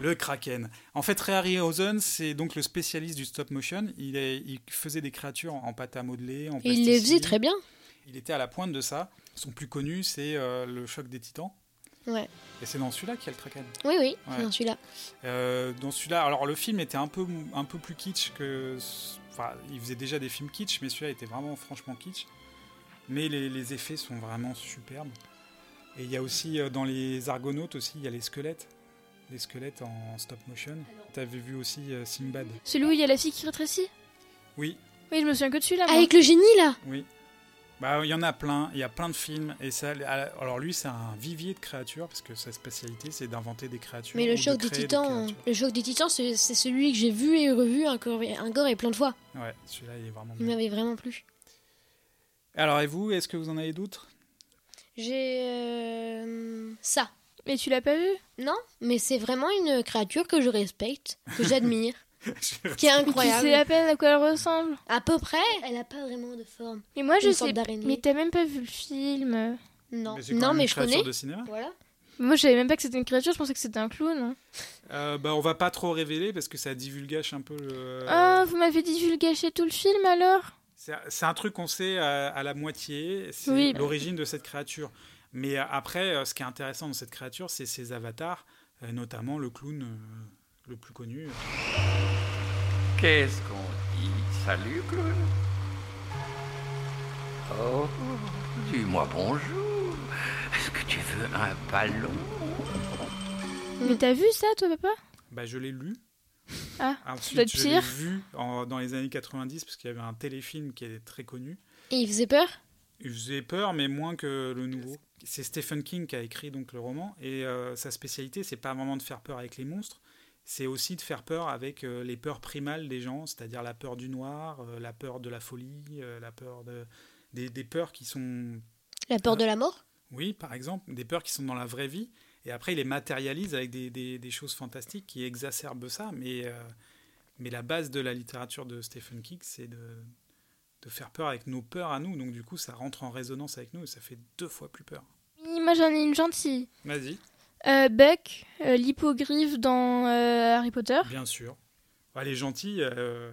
[SPEAKER 4] Le Kraken. En fait, Ray Harryhausen, c'est donc le spécialiste du stop motion. Il, est- il faisait des créatures en pâte à modeler, en
[SPEAKER 3] Et il les faisait
[SPEAKER 4] plasticine.
[SPEAKER 3] très bien.
[SPEAKER 4] Il était à la pointe de ça. Son plus connu, c'est euh, le choc des titans.
[SPEAKER 3] Ouais.
[SPEAKER 4] Et c'est dans celui-là qu'il y a le Kraken.
[SPEAKER 3] Oui, oui, c'est
[SPEAKER 4] Ouais.
[SPEAKER 3] dans celui-là.
[SPEAKER 4] Euh, dans celui-là, alors le film était un peu, un peu plus kitsch que. Enfin, il faisait déjà des films kitsch, mais celui-là était vraiment franchement kitsch. Mais les, les effets sont vraiment superbes. Et il y a aussi, euh, dans les Argonautes aussi, il y a les squelettes. Les squelettes en stop motion. T'avais vu aussi euh, Sinbad
[SPEAKER 2] Celui où il y a la fille qui rétrécit
[SPEAKER 4] Oui,
[SPEAKER 2] Oui, je me souviens que de celui-là. moi.
[SPEAKER 3] Avec le génie, là
[SPEAKER 4] oui. Bah, il y en a plein, il y a plein de films. Et ça, alors lui, c'est un vivier de créatures, parce que sa spécialité, c'est d'inventer des créatures.
[SPEAKER 3] Mais le
[SPEAKER 4] ou de
[SPEAKER 3] choc des
[SPEAKER 4] créer
[SPEAKER 3] titans, hein.
[SPEAKER 4] créatures.
[SPEAKER 3] le choc des titans, c'est c'est celui que j'ai vu et revu encore et, encore et plein de fois.
[SPEAKER 4] Ouais, celui-là, il est vraiment
[SPEAKER 3] Il
[SPEAKER 4] bien.
[SPEAKER 3] m'avait vraiment plu.
[SPEAKER 4] Alors, et vous, est-ce que vous en avez d'autres
[SPEAKER 3] J'ai euh, ça.
[SPEAKER 2] Mais tu l'as pas vu
[SPEAKER 3] Non, mais c'est vraiment une créature que je respecte, que j'admire, qui est
[SPEAKER 2] Tu sais
[SPEAKER 3] incroyable.
[SPEAKER 2] à peine à quoi elle ressemble.
[SPEAKER 3] À peu près, elle a pas vraiment de forme.
[SPEAKER 2] Mais moi, je
[SPEAKER 3] Une sorte
[SPEAKER 2] sais.
[SPEAKER 3] d'araignée.
[SPEAKER 2] Mais t'as même pas vu le film.
[SPEAKER 3] Non,
[SPEAKER 4] c'est quand
[SPEAKER 3] non,
[SPEAKER 4] même
[SPEAKER 3] mais
[SPEAKER 4] une
[SPEAKER 3] je
[SPEAKER 4] créature
[SPEAKER 3] connais.
[SPEAKER 4] de cinéma.
[SPEAKER 3] Voilà.
[SPEAKER 2] Moi, je savais même pas que c'était une créature, je pensais que c'était un clown. hein.
[SPEAKER 4] Euh, bah, on va pas trop révéler parce que ça divulgâche un peu le.
[SPEAKER 2] Ah, vous m'avez dit divulgaché tout le film alors
[SPEAKER 4] C'est c'est un truc qu'on sait à, à la moitié. C'est
[SPEAKER 2] Oui.
[SPEAKER 4] l'origine de cette créature. Mais euh, après, euh, ce qui est intéressant dans cette créature, c'est ses avatars, euh, notamment le clown euh, le plus connu.
[SPEAKER 6] Qu'est-ce qu'on dit Salut, Claude Oh, dis-moi bonjour. Est-ce que tu veux un ballon
[SPEAKER 2] Mais t'as vu ça, toi, papa
[SPEAKER 4] Bah, je l'ai lu.
[SPEAKER 2] Ah, doit
[SPEAKER 4] Ensuite,
[SPEAKER 2] être
[SPEAKER 4] je l'ai
[SPEAKER 2] pire.
[SPEAKER 4] vu en- dans les années 90 parce qu'il y avait un téléfilm qui est très connu.
[SPEAKER 3] Et il faisait peur
[SPEAKER 4] Il faisait peur, mais moins que le nouveau. C'est Stephen King qui a écrit donc le roman, et euh, sa spécialité, c'est pas vraiment de faire peur avec les monstres, c'est aussi de faire peur avec euh, les peurs primales des gens, c'est-à-dire la peur du noir, euh, la peur de la folie, euh, la peur de des, des peurs qui sont,
[SPEAKER 3] La peur de la mort
[SPEAKER 4] oui, par exemple, des peurs qui sont dans la vraie vie, et après il les matérialise avec des, des- des choses fantastiques qui exacerbent ça, mais euh, mais la base de la littérature de Stephen King, c'est de de faire peur avec nos peurs à nous, donc du coup ça rentre en résonance avec nous et ça fait deux fois plus peur.
[SPEAKER 2] Oui, moi, j'en ai une gentille.
[SPEAKER 4] Vas-y.
[SPEAKER 2] Euh, Buck, euh, l'hippogriffe dans euh, Harry Potter.
[SPEAKER 4] Bien sûr. Ah, Elle est gentille, euh,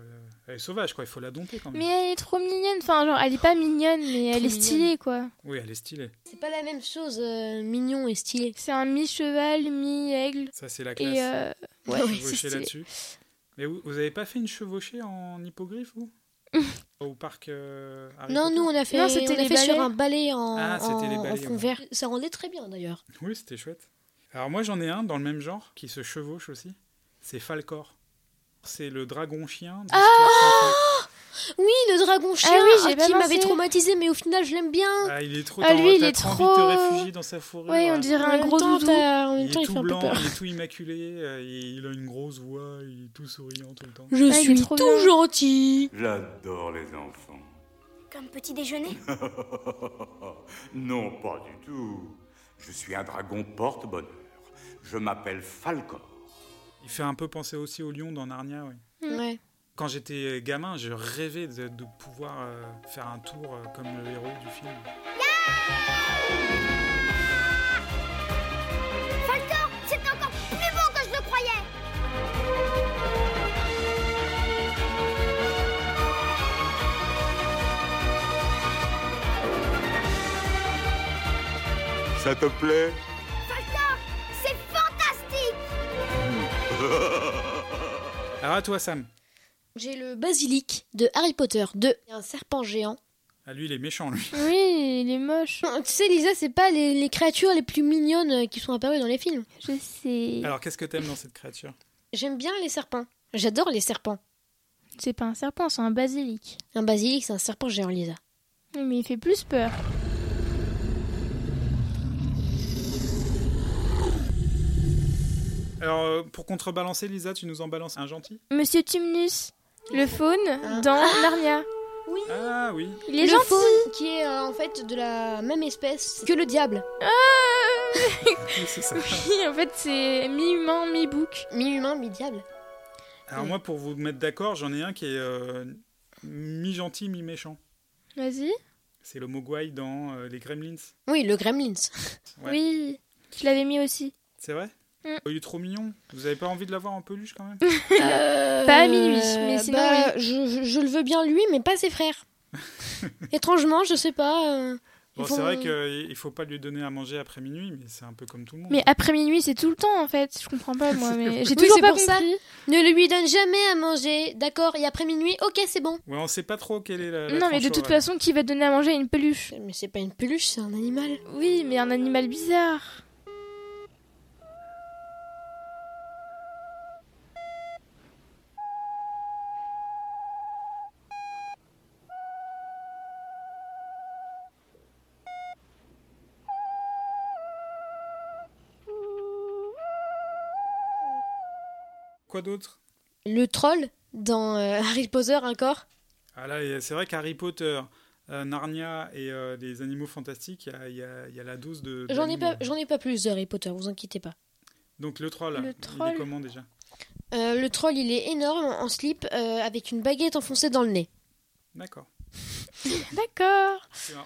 [SPEAKER 4] elle est sauvage, quoi. Il faut la dompter quand même.
[SPEAKER 2] Mais elle est trop mignonne. Enfin, genre, elle est pas mignonne, mais elle est
[SPEAKER 3] mignonne.
[SPEAKER 2] stylée, quoi.
[SPEAKER 4] Oui, elle est stylée.
[SPEAKER 3] C'est pas la même chose, euh, mignon et stylé.
[SPEAKER 2] C'est un mi-cheval, mi-aigle.
[SPEAKER 4] Ça, c'est la
[SPEAKER 2] Et
[SPEAKER 4] classe. Ah,
[SPEAKER 2] euh,
[SPEAKER 4] Vous
[SPEAKER 2] ouais,
[SPEAKER 4] chevauchez
[SPEAKER 2] c'est stylé.
[SPEAKER 4] là-dessus. Mais vous, vous avez pas fait une chevauchée en hippogriffe, vous Au parc euh, Harry
[SPEAKER 3] Non,
[SPEAKER 4] Potter
[SPEAKER 3] nous on a fait,
[SPEAKER 2] Non,
[SPEAKER 3] on
[SPEAKER 2] c'était
[SPEAKER 3] a
[SPEAKER 2] les
[SPEAKER 3] fait sur
[SPEAKER 2] balais.
[SPEAKER 3] un balai en,
[SPEAKER 4] Ah, c'était
[SPEAKER 3] en-
[SPEAKER 4] les
[SPEAKER 3] en
[SPEAKER 4] balais,
[SPEAKER 3] fond
[SPEAKER 4] ouais.
[SPEAKER 3] vert. Ça rendait très bien d'ailleurs.
[SPEAKER 4] Oui, c'était chouette. Alors moi, j'en ai un dans le même genre qui se chevauche aussi. C'est Falcor. C'est le dragon chien. d'Histoire sans fin.
[SPEAKER 3] Oui, le dragon chien
[SPEAKER 2] oui, j'ai
[SPEAKER 3] ah,
[SPEAKER 2] pas
[SPEAKER 3] qui
[SPEAKER 2] pensé.
[SPEAKER 3] m'avait traumatisé, mais au final je l'aime bien.
[SPEAKER 4] Ah, il est trop.
[SPEAKER 2] Ah,
[SPEAKER 4] t'as-
[SPEAKER 2] lui, il
[SPEAKER 4] t'as
[SPEAKER 2] est
[SPEAKER 4] trop
[SPEAKER 2] trop-
[SPEAKER 4] envie de te réfugier dans sa fourrure.
[SPEAKER 2] Ouais, on
[SPEAKER 4] là.
[SPEAKER 2] dirait
[SPEAKER 3] En
[SPEAKER 2] un
[SPEAKER 3] même
[SPEAKER 2] gros
[SPEAKER 3] temps,
[SPEAKER 2] doudou.
[SPEAKER 3] t'as- en
[SPEAKER 4] Il
[SPEAKER 3] même
[SPEAKER 4] est
[SPEAKER 3] temps, il
[SPEAKER 4] tout
[SPEAKER 3] fait un peu
[SPEAKER 4] blanc,
[SPEAKER 3] peur.
[SPEAKER 4] il est tout immaculé, euh, et il a une grosse voix, il est tout souriant tout le temps.
[SPEAKER 3] Je
[SPEAKER 2] Ah, il est
[SPEAKER 3] suis
[SPEAKER 2] trop
[SPEAKER 3] tout
[SPEAKER 2] bien.
[SPEAKER 3] gentil.
[SPEAKER 5] J'adore les enfants.
[SPEAKER 7] Comme petit déjeuner
[SPEAKER 5] non, pas du tout. Je suis un dragon porte-bonheur. Je m'appelle Falcor.
[SPEAKER 4] Il fait un peu penser aussi au lion dans Narnia, oui.
[SPEAKER 3] Ouais.
[SPEAKER 4] Quand j'étais gamin, je rêvais de, de pouvoir euh, faire un tour euh, comme le héros du film.
[SPEAKER 7] Falcor, c'est encore plus beau que je le croyais
[SPEAKER 5] Ça te plaît
[SPEAKER 7] Falcor, c'est fantastique
[SPEAKER 4] Alors à toi, Sam.
[SPEAKER 3] J'ai le basilic de Harry Potter 2. Il y a un serpent géant.
[SPEAKER 4] Ah, lui, il est méchant, lui.
[SPEAKER 2] Oui, il est moche.
[SPEAKER 3] Non, Tu sais, Lisa, c'est pas les, les créatures les plus mignonnes euh, qui sont apparues dans les films.
[SPEAKER 2] Je sais.
[SPEAKER 4] Alors, qu'est-ce que t'aimes dans cette créature
[SPEAKER 3] J'aime bien les serpents. J'adore les serpents.
[SPEAKER 2] C'est pas un serpent, c'est un basilic.
[SPEAKER 3] Un basilic, c'est un serpent géant, Lisa.
[SPEAKER 2] Oui, Mais il fait plus peur.
[SPEAKER 4] Alors, euh, pour contrebalancer, Lisa, tu nous en balances un gentil
[SPEAKER 2] Monsieur Tumnus, le faune dans Narnia.
[SPEAKER 4] Ah oui.
[SPEAKER 2] Il est
[SPEAKER 3] le
[SPEAKER 2] gentil.
[SPEAKER 3] faune, qui est euh, en fait de la même espèce que le diable.
[SPEAKER 4] Oui, c'est ça.
[SPEAKER 2] en fait, c'est mi-humain, mi-bouc.
[SPEAKER 3] Mi-humain, mi-diable.
[SPEAKER 4] Alors, moi, pour vous mettre d'accord, j'en ai un qui est euh, mi-gentil, mi-méchant.
[SPEAKER 2] Vas-y.
[SPEAKER 4] C'est le Mogwai dans euh, Les Gremlins.
[SPEAKER 3] Oui, le gremlins.
[SPEAKER 4] Ouais.
[SPEAKER 2] Oui, je l'avais mis aussi.
[SPEAKER 4] C'est vrai
[SPEAKER 2] Mm.
[SPEAKER 4] Oh, Il est trop mignon. Vous avez pas envie de l'avoir en peluche quand même
[SPEAKER 2] Pas à minuit, mais sinon,
[SPEAKER 3] Euh, bah, je, je- je le veux bien lui, mais pas ses frères. Étrangement, je sais pas. euh,
[SPEAKER 4] Bon,
[SPEAKER 3] ils
[SPEAKER 4] c'est
[SPEAKER 3] font-
[SPEAKER 4] vrai qu'il faut pas lui donner à manger après minuit, mais c'est un peu comme tout le monde.
[SPEAKER 2] Mais après minuit, c'est tout le temps en fait. Je comprends pas moi, mais j'ai
[SPEAKER 3] Oui,
[SPEAKER 2] toujours
[SPEAKER 3] c'est
[SPEAKER 2] pas
[SPEAKER 3] pour
[SPEAKER 2] compris.
[SPEAKER 3] ça. Ne lui donne jamais à manger, d'accord Et après minuit, ok, c'est bon.
[SPEAKER 4] Ouais, on sait pas trop quelle est la. la
[SPEAKER 2] Non, mais de
[SPEAKER 4] tranche
[SPEAKER 2] toute
[SPEAKER 4] horaire.
[SPEAKER 2] façon, qui va donner à manger à une peluche
[SPEAKER 3] Mais c'est pas une peluche, c'est un animal.
[SPEAKER 2] Oui, mais un animal bizarre.
[SPEAKER 4] Quoi d'autre
[SPEAKER 3] Le troll dans euh, Harry Potter, encore.
[SPEAKER 4] Ah là, et c'est vrai qu'Harry Potter, euh, Narnia et euh, les animaux fantastiques, il y a, il y a- il y a la dose de.
[SPEAKER 3] J'en ai pas,
[SPEAKER 4] d'animaux.
[SPEAKER 3] j'en ai pas plus de Harry Potter, vous inquiétez pas.
[SPEAKER 4] Donc le troll,
[SPEAKER 2] Le
[SPEAKER 4] il
[SPEAKER 2] troll.
[SPEAKER 4] est comment déjà
[SPEAKER 3] Euh, le troll, il est énorme en en slip euh, avec une baguette enfoncée dans le nez.
[SPEAKER 4] D'accord.
[SPEAKER 2] D'accord.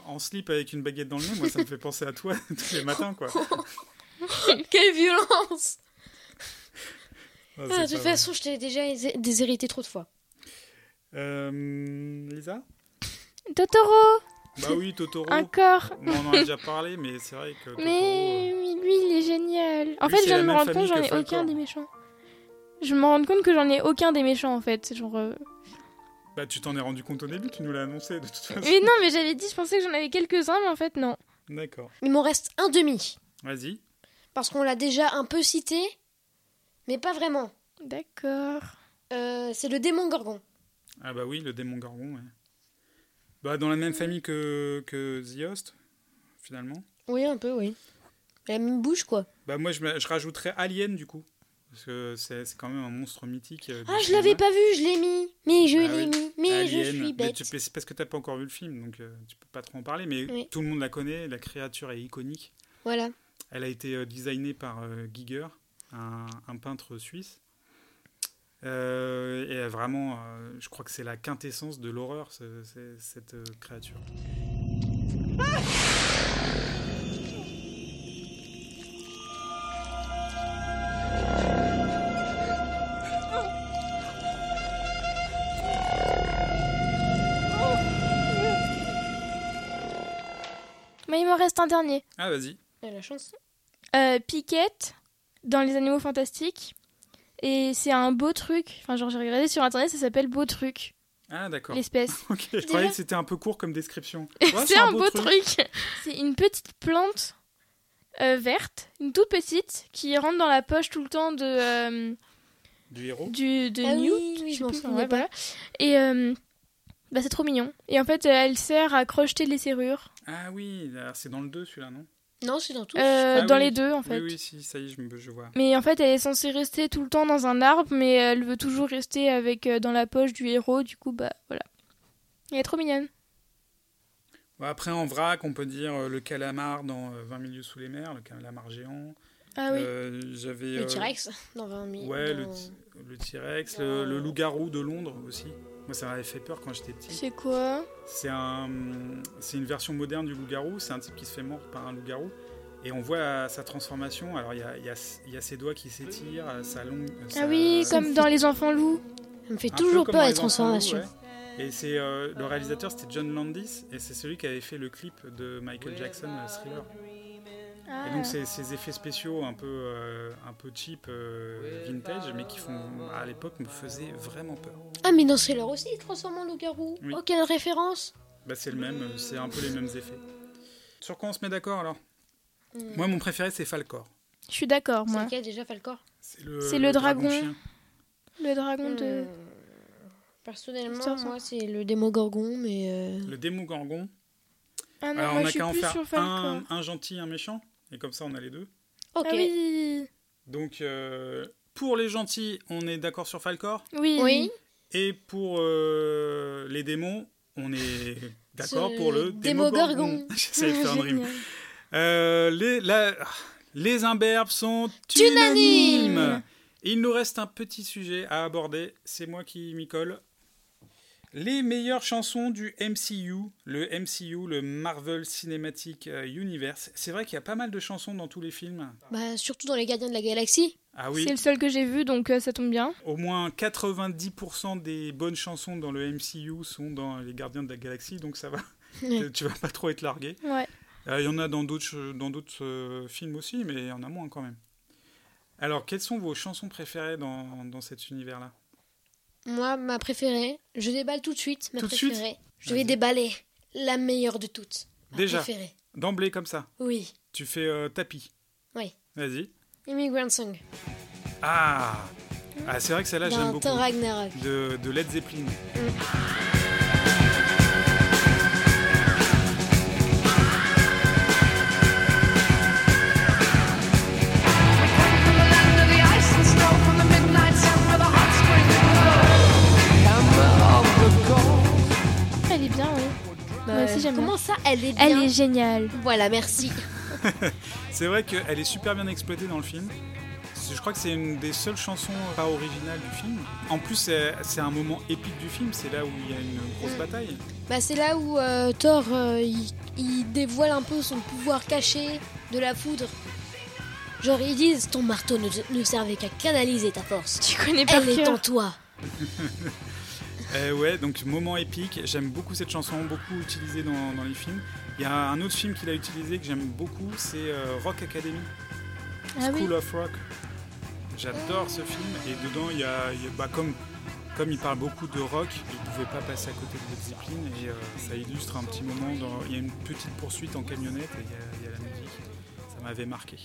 [SPEAKER 4] En slip avec une baguette dans le nez, moi ça me fait penser à toi tous les matins quoi.
[SPEAKER 3] Quelle violence Ah,
[SPEAKER 4] Ah, c'est
[SPEAKER 3] De
[SPEAKER 4] pas
[SPEAKER 3] toute
[SPEAKER 4] vrai.
[SPEAKER 3] façon, je t'ai déjà hésé- déshérité trop de fois.
[SPEAKER 4] Euh, Lisa
[SPEAKER 2] Totoro,
[SPEAKER 4] Bah oui, Totoro.
[SPEAKER 3] Ah,
[SPEAKER 2] un corps.
[SPEAKER 4] Bon, on en a déjà parlé, mais c'est vrai que. Totoro,
[SPEAKER 2] Mais
[SPEAKER 4] euh,
[SPEAKER 2] oui, lui, il est génial. En
[SPEAKER 4] Lui,
[SPEAKER 2] fait,
[SPEAKER 4] c'est
[SPEAKER 2] je viens
[SPEAKER 4] la
[SPEAKER 2] de me
[SPEAKER 4] même
[SPEAKER 2] rendre compte,
[SPEAKER 4] famille
[SPEAKER 2] j'en
[SPEAKER 4] que
[SPEAKER 2] ai aucun
[SPEAKER 4] Falcor.
[SPEAKER 2] des méchants. Je me rends compte que j'en ai aucun des méchants en fait. Genre, euh,
[SPEAKER 4] Bah tu t'en es rendu compte au début, tu nous l'as annoncé de toute façon.
[SPEAKER 2] Mais non, mais j'avais dit, je pensais que j'en avais quelques-uns, mais en fait, non.
[SPEAKER 4] D'accord.
[SPEAKER 3] Il m'en reste un demi.
[SPEAKER 4] Vas-y.
[SPEAKER 3] Parce qu'on l'a déjà un peu cité, mais pas vraiment.
[SPEAKER 2] D'accord.
[SPEAKER 3] Euh, c'est le démon Gorgon.
[SPEAKER 4] Ah bah oui, le démon Gorgon, ouais. Bah dans la même famille que, que The Host, finalement.
[SPEAKER 3] Oui, un peu, oui. La même bouche, quoi.
[SPEAKER 4] Bah moi je, me- je rajouterais Alien du coup. Parce que c'est c'est quand même un monstre mythique. euh, du
[SPEAKER 3] Ah, je
[SPEAKER 4] cinéma.
[SPEAKER 3] l'avais pas vu, je l'ai mis. Mais je
[SPEAKER 4] Ah
[SPEAKER 3] l'ai
[SPEAKER 4] oui.
[SPEAKER 3] mis, mais
[SPEAKER 4] Alien.
[SPEAKER 3] je suis
[SPEAKER 4] Mais
[SPEAKER 3] bête.
[SPEAKER 4] tu peux- c'est parce que t'as pas encore vu le film, donc euh, tu peux pas trop en parler. Mais
[SPEAKER 3] Oui.
[SPEAKER 4] tout le monde la connaît, la créature est iconique.
[SPEAKER 3] Voilà.
[SPEAKER 4] Elle a été euh, designée par euh, Giger, un, un peintre suisse. Euh, et elle, vraiment, euh, je crois que c'est la quintessence de l'horreur, ce- c'est- cette euh, créature.
[SPEAKER 2] Mais il m'en reste un dernier.
[SPEAKER 4] Ah vas-y.
[SPEAKER 3] Ouais, la chance.
[SPEAKER 2] Euh, Piquette, dans Les Animaux Fantastiques. Et c'est un beau truc. Enfin, genre, j'ai regardé sur internet, ça s'appelle Beau Truc,
[SPEAKER 4] Ah d'accord.
[SPEAKER 2] l'espèce.
[SPEAKER 4] Ok, je croyais que c'était un peu court comme description. Ouais,
[SPEAKER 2] c'est un beau truc. C'est une petite plante euh, verte, une toute petite, qui rentre dans la poche tout le temps de, euh,
[SPEAKER 4] Du héros.
[SPEAKER 2] du, de
[SPEAKER 3] Ah
[SPEAKER 2] Newt,
[SPEAKER 3] oui,
[SPEAKER 2] je sais
[SPEAKER 3] oui, je m'en
[SPEAKER 2] plus,
[SPEAKER 3] souvenais
[SPEAKER 2] ouais, voilà. Et euh, bah, c'est trop mignon. Et en fait, euh, elle sert à crocheter les serrures.
[SPEAKER 4] Ah oui, alors c'est dans le 2 celui-là, non
[SPEAKER 3] Non, c'est dans tout.
[SPEAKER 2] Euh,
[SPEAKER 4] Ah
[SPEAKER 2] dans
[SPEAKER 4] oui.
[SPEAKER 2] les deux, en fait.
[SPEAKER 4] Oui, oui, si, ça y est, je, me- je vois.
[SPEAKER 2] Mais en fait, elle est censée rester tout le temps dans un arbre, mais elle veut toujours rester avec euh, dans la poche du héros. Du coup, bah voilà. Elle est trop mignonne.
[SPEAKER 4] Bon, Bah, après, en vrac, on peut dire euh, le calamar dans euh, 20 milieux sous les mers, le calamar géant.
[SPEAKER 2] Ah oui.
[SPEAKER 4] Euh, J'avais.
[SPEAKER 3] Le
[SPEAKER 4] euh,
[SPEAKER 3] T-Rex dans 20 mi-
[SPEAKER 4] Ouais, le
[SPEAKER 3] dans-
[SPEAKER 4] ti- le T-Rex, le, le loup-garou de Londres aussi. Moi, ça m'avait fait peur quand j'étais petit.
[SPEAKER 2] C'est quoi
[SPEAKER 4] C'est un, c'est une version moderne du loup-garou. C'est un type qui se fait mordre par un loup-garou. Et on voit euh, sa transformation. Alors, il y a, il y a- il y a ses doigts qui s'étirent, euh, sa longue. euh,
[SPEAKER 2] Ah
[SPEAKER 4] sa-
[SPEAKER 2] oui, comme dans Les Enfants Loups.
[SPEAKER 3] Ça me fait
[SPEAKER 4] un peu
[SPEAKER 3] toujours
[SPEAKER 4] comme
[SPEAKER 3] peur
[SPEAKER 4] dans
[SPEAKER 3] les
[SPEAKER 4] Enfants Loups,
[SPEAKER 3] transformations.
[SPEAKER 4] ouais. Et c'est euh, le réalisateur, c'était John Landis, et c'est celui qui avait fait le clip de Michael Jackson, euh, Thriller.
[SPEAKER 2] Ah.
[SPEAKER 4] Et donc ces, ces effets spéciaux un peu, euh, un peu cheap, euh, vintage, mais qui font, à l'époque, me faisaient vraiment peur.
[SPEAKER 3] Ah, mais dans Sailor aussi, il se transforme en loup-garou.
[SPEAKER 4] Oui.
[SPEAKER 3] Oh, quelle référence
[SPEAKER 4] Bah, c'est le même, euh, c'est un peu les mêmes effets. Sur quoi on se met d'accord alors Moi, mon préféré, c'est Falcor.
[SPEAKER 2] Je suis d'accord,
[SPEAKER 3] Hmm. C'est
[SPEAKER 2] moi.
[SPEAKER 3] lequel déjà, Falcor
[SPEAKER 4] C'est le,
[SPEAKER 2] C'est le dragon.
[SPEAKER 4] chien.
[SPEAKER 2] Le dragon de.
[SPEAKER 3] Euh, Personnellement,
[SPEAKER 2] Histoire sans-
[SPEAKER 3] moi, c'est le démogorgon, mais. euh,
[SPEAKER 4] Le démogorgon.
[SPEAKER 2] Ah non,
[SPEAKER 4] Alors,
[SPEAKER 2] moi
[SPEAKER 4] on
[SPEAKER 2] je
[SPEAKER 4] a
[SPEAKER 2] suis
[SPEAKER 4] qu'à en
[SPEAKER 2] plus
[SPEAKER 4] faire
[SPEAKER 2] sur Falcor.
[SPEAKER 4] un, un gentil, un méchant. Et comme ça, on a les deux.
[SPEAKER 3] Ok.
[SPEAKER 2] Ah oui
[SPEAKER 4] Donc, euh, pour les gentils, on est d'accord sur Falcor.
[SPEAKER 2] Oui.
[SPEAKER 3] Oui.
[SPEAKER 4] Et pour euh, les démons, on est d'accord pour le
[SPEAKER 3] Démogorgon.
[SPEAKER 4] démogorgon. J'essaie de faire un rime. Euh, les, la- les imberbes sont
[SPEAKER 3] Tunanimes.
[SPEAKER 4] unanimes. Il nous reste un petit sujet à aborder. C'est moi qui m'y colle. Les meilleures chansons du MCU, le MCU, le Marvel Cinematic euh, Universe. C'est vrai qu'il y a pas mal de chansons dans tous les films.
[SPEAKER 3] Bah, surtout dans Les Gardiens de la Galaxie.
[SPEAKER 4] Ah oui,
[SPEAKER 2] C'est le seul que j'ai vu, donc euh, ça tombe bien.
[SPEAKER 4] au moins 90% des bonnes chansons dans le MCU sont dans Les Gardiens de la Galaxie, donc ça va. tu vas pas trop être largué.
[SPEAKER 2] Ouais.
[SPEAKER 4] Euh, Il y en a dans d'autres ch- dans d'autres euh, films aussi, mais il y en a moins quand même. Alors, quelles sont vos chansons préférées dans, dans cet univers-là
[SPEAKER 3] Moi, ma préférée, je déballe tout de suite. Ma
[SPEAKER 4] Tout de suite
[SPEAKER 3] préférée. je vais
[SPEAKER 4] Vas-y.
[SPEAKER 3] déballer la meilleure de toutes. Ma
[SPEAKER 4] Déjà.
[SPEAKER 3] préférée.
[SPEAKER 4] D'emblée, comme ça.
[SPEAKER 3] Oui.
[SPEAKER 4] Tu fais euh, tapis.
[SPEAKER 3] Oui.
[SPEAKER 4] Vas-y.
[SPEAKER 3] Immigrant Song.
[SPEAKER 4] Ah Ah, c'est vrai que celle-là, j'aime
[SPEAKER 3] D'un
[SPEAKER 4] beaucoup.
[SPEAKER 3] Thor Ragnarok.
[SPEAKER 4] De, de Led Zeppelin.
[SPEAKER 2] Elle est bien, oui. Moi aussi j'aime bien.
[SPEAKER 3] Bah, Euh, Comment ça, elle est bien
[SPEAKER 2] Elle est géniale.
[SPEAKER 3] Voilà, merci.
[SPEAKER 4] C'est vrai qu'elle est super bien exploitée dans le film. C'est- Je crois que c'est une des seules chansons pas originales du film. En plus, c'est c'est un moment épique du film. C'est là où il y a une grosse
[SPEAKER 3] Mm.
[SPEAKER 4] bataille.
[SPEAKER 3] Bah, c'est là où euh, Thor, euh, il, il dévoile un peu son pouvoir caché de la foudre. Genre, ils disent ton marteau ne, ne servait qu'à canaliser ta force.
[SPEAKER 2] Tu connais pas
[SPEAKER 3] Elle est en toi.
[SPEAKER 4] Euh, ouais, donc moment épique. J'aime beaucoup cette chanson, beaucoup utilisée dans, dans les films. Il y a un autre film qu'il a utilisé que j'aime beaucoup, c'est euh, Rock Academy,
[SPEAKER 2] Ah oui.
[SPEAKER 4] School of Rock. J'adore ce film et dedans il y a, il y a- bah, comme comme il parle beaucoup de rock, il ne pouvait pas passer à côté de Led Zeppelin et euh, ça illustre un petit moment. Dans, il y a une petite poursuite en camionnette et il y a, il y a la musique. Ça m'avait marqué.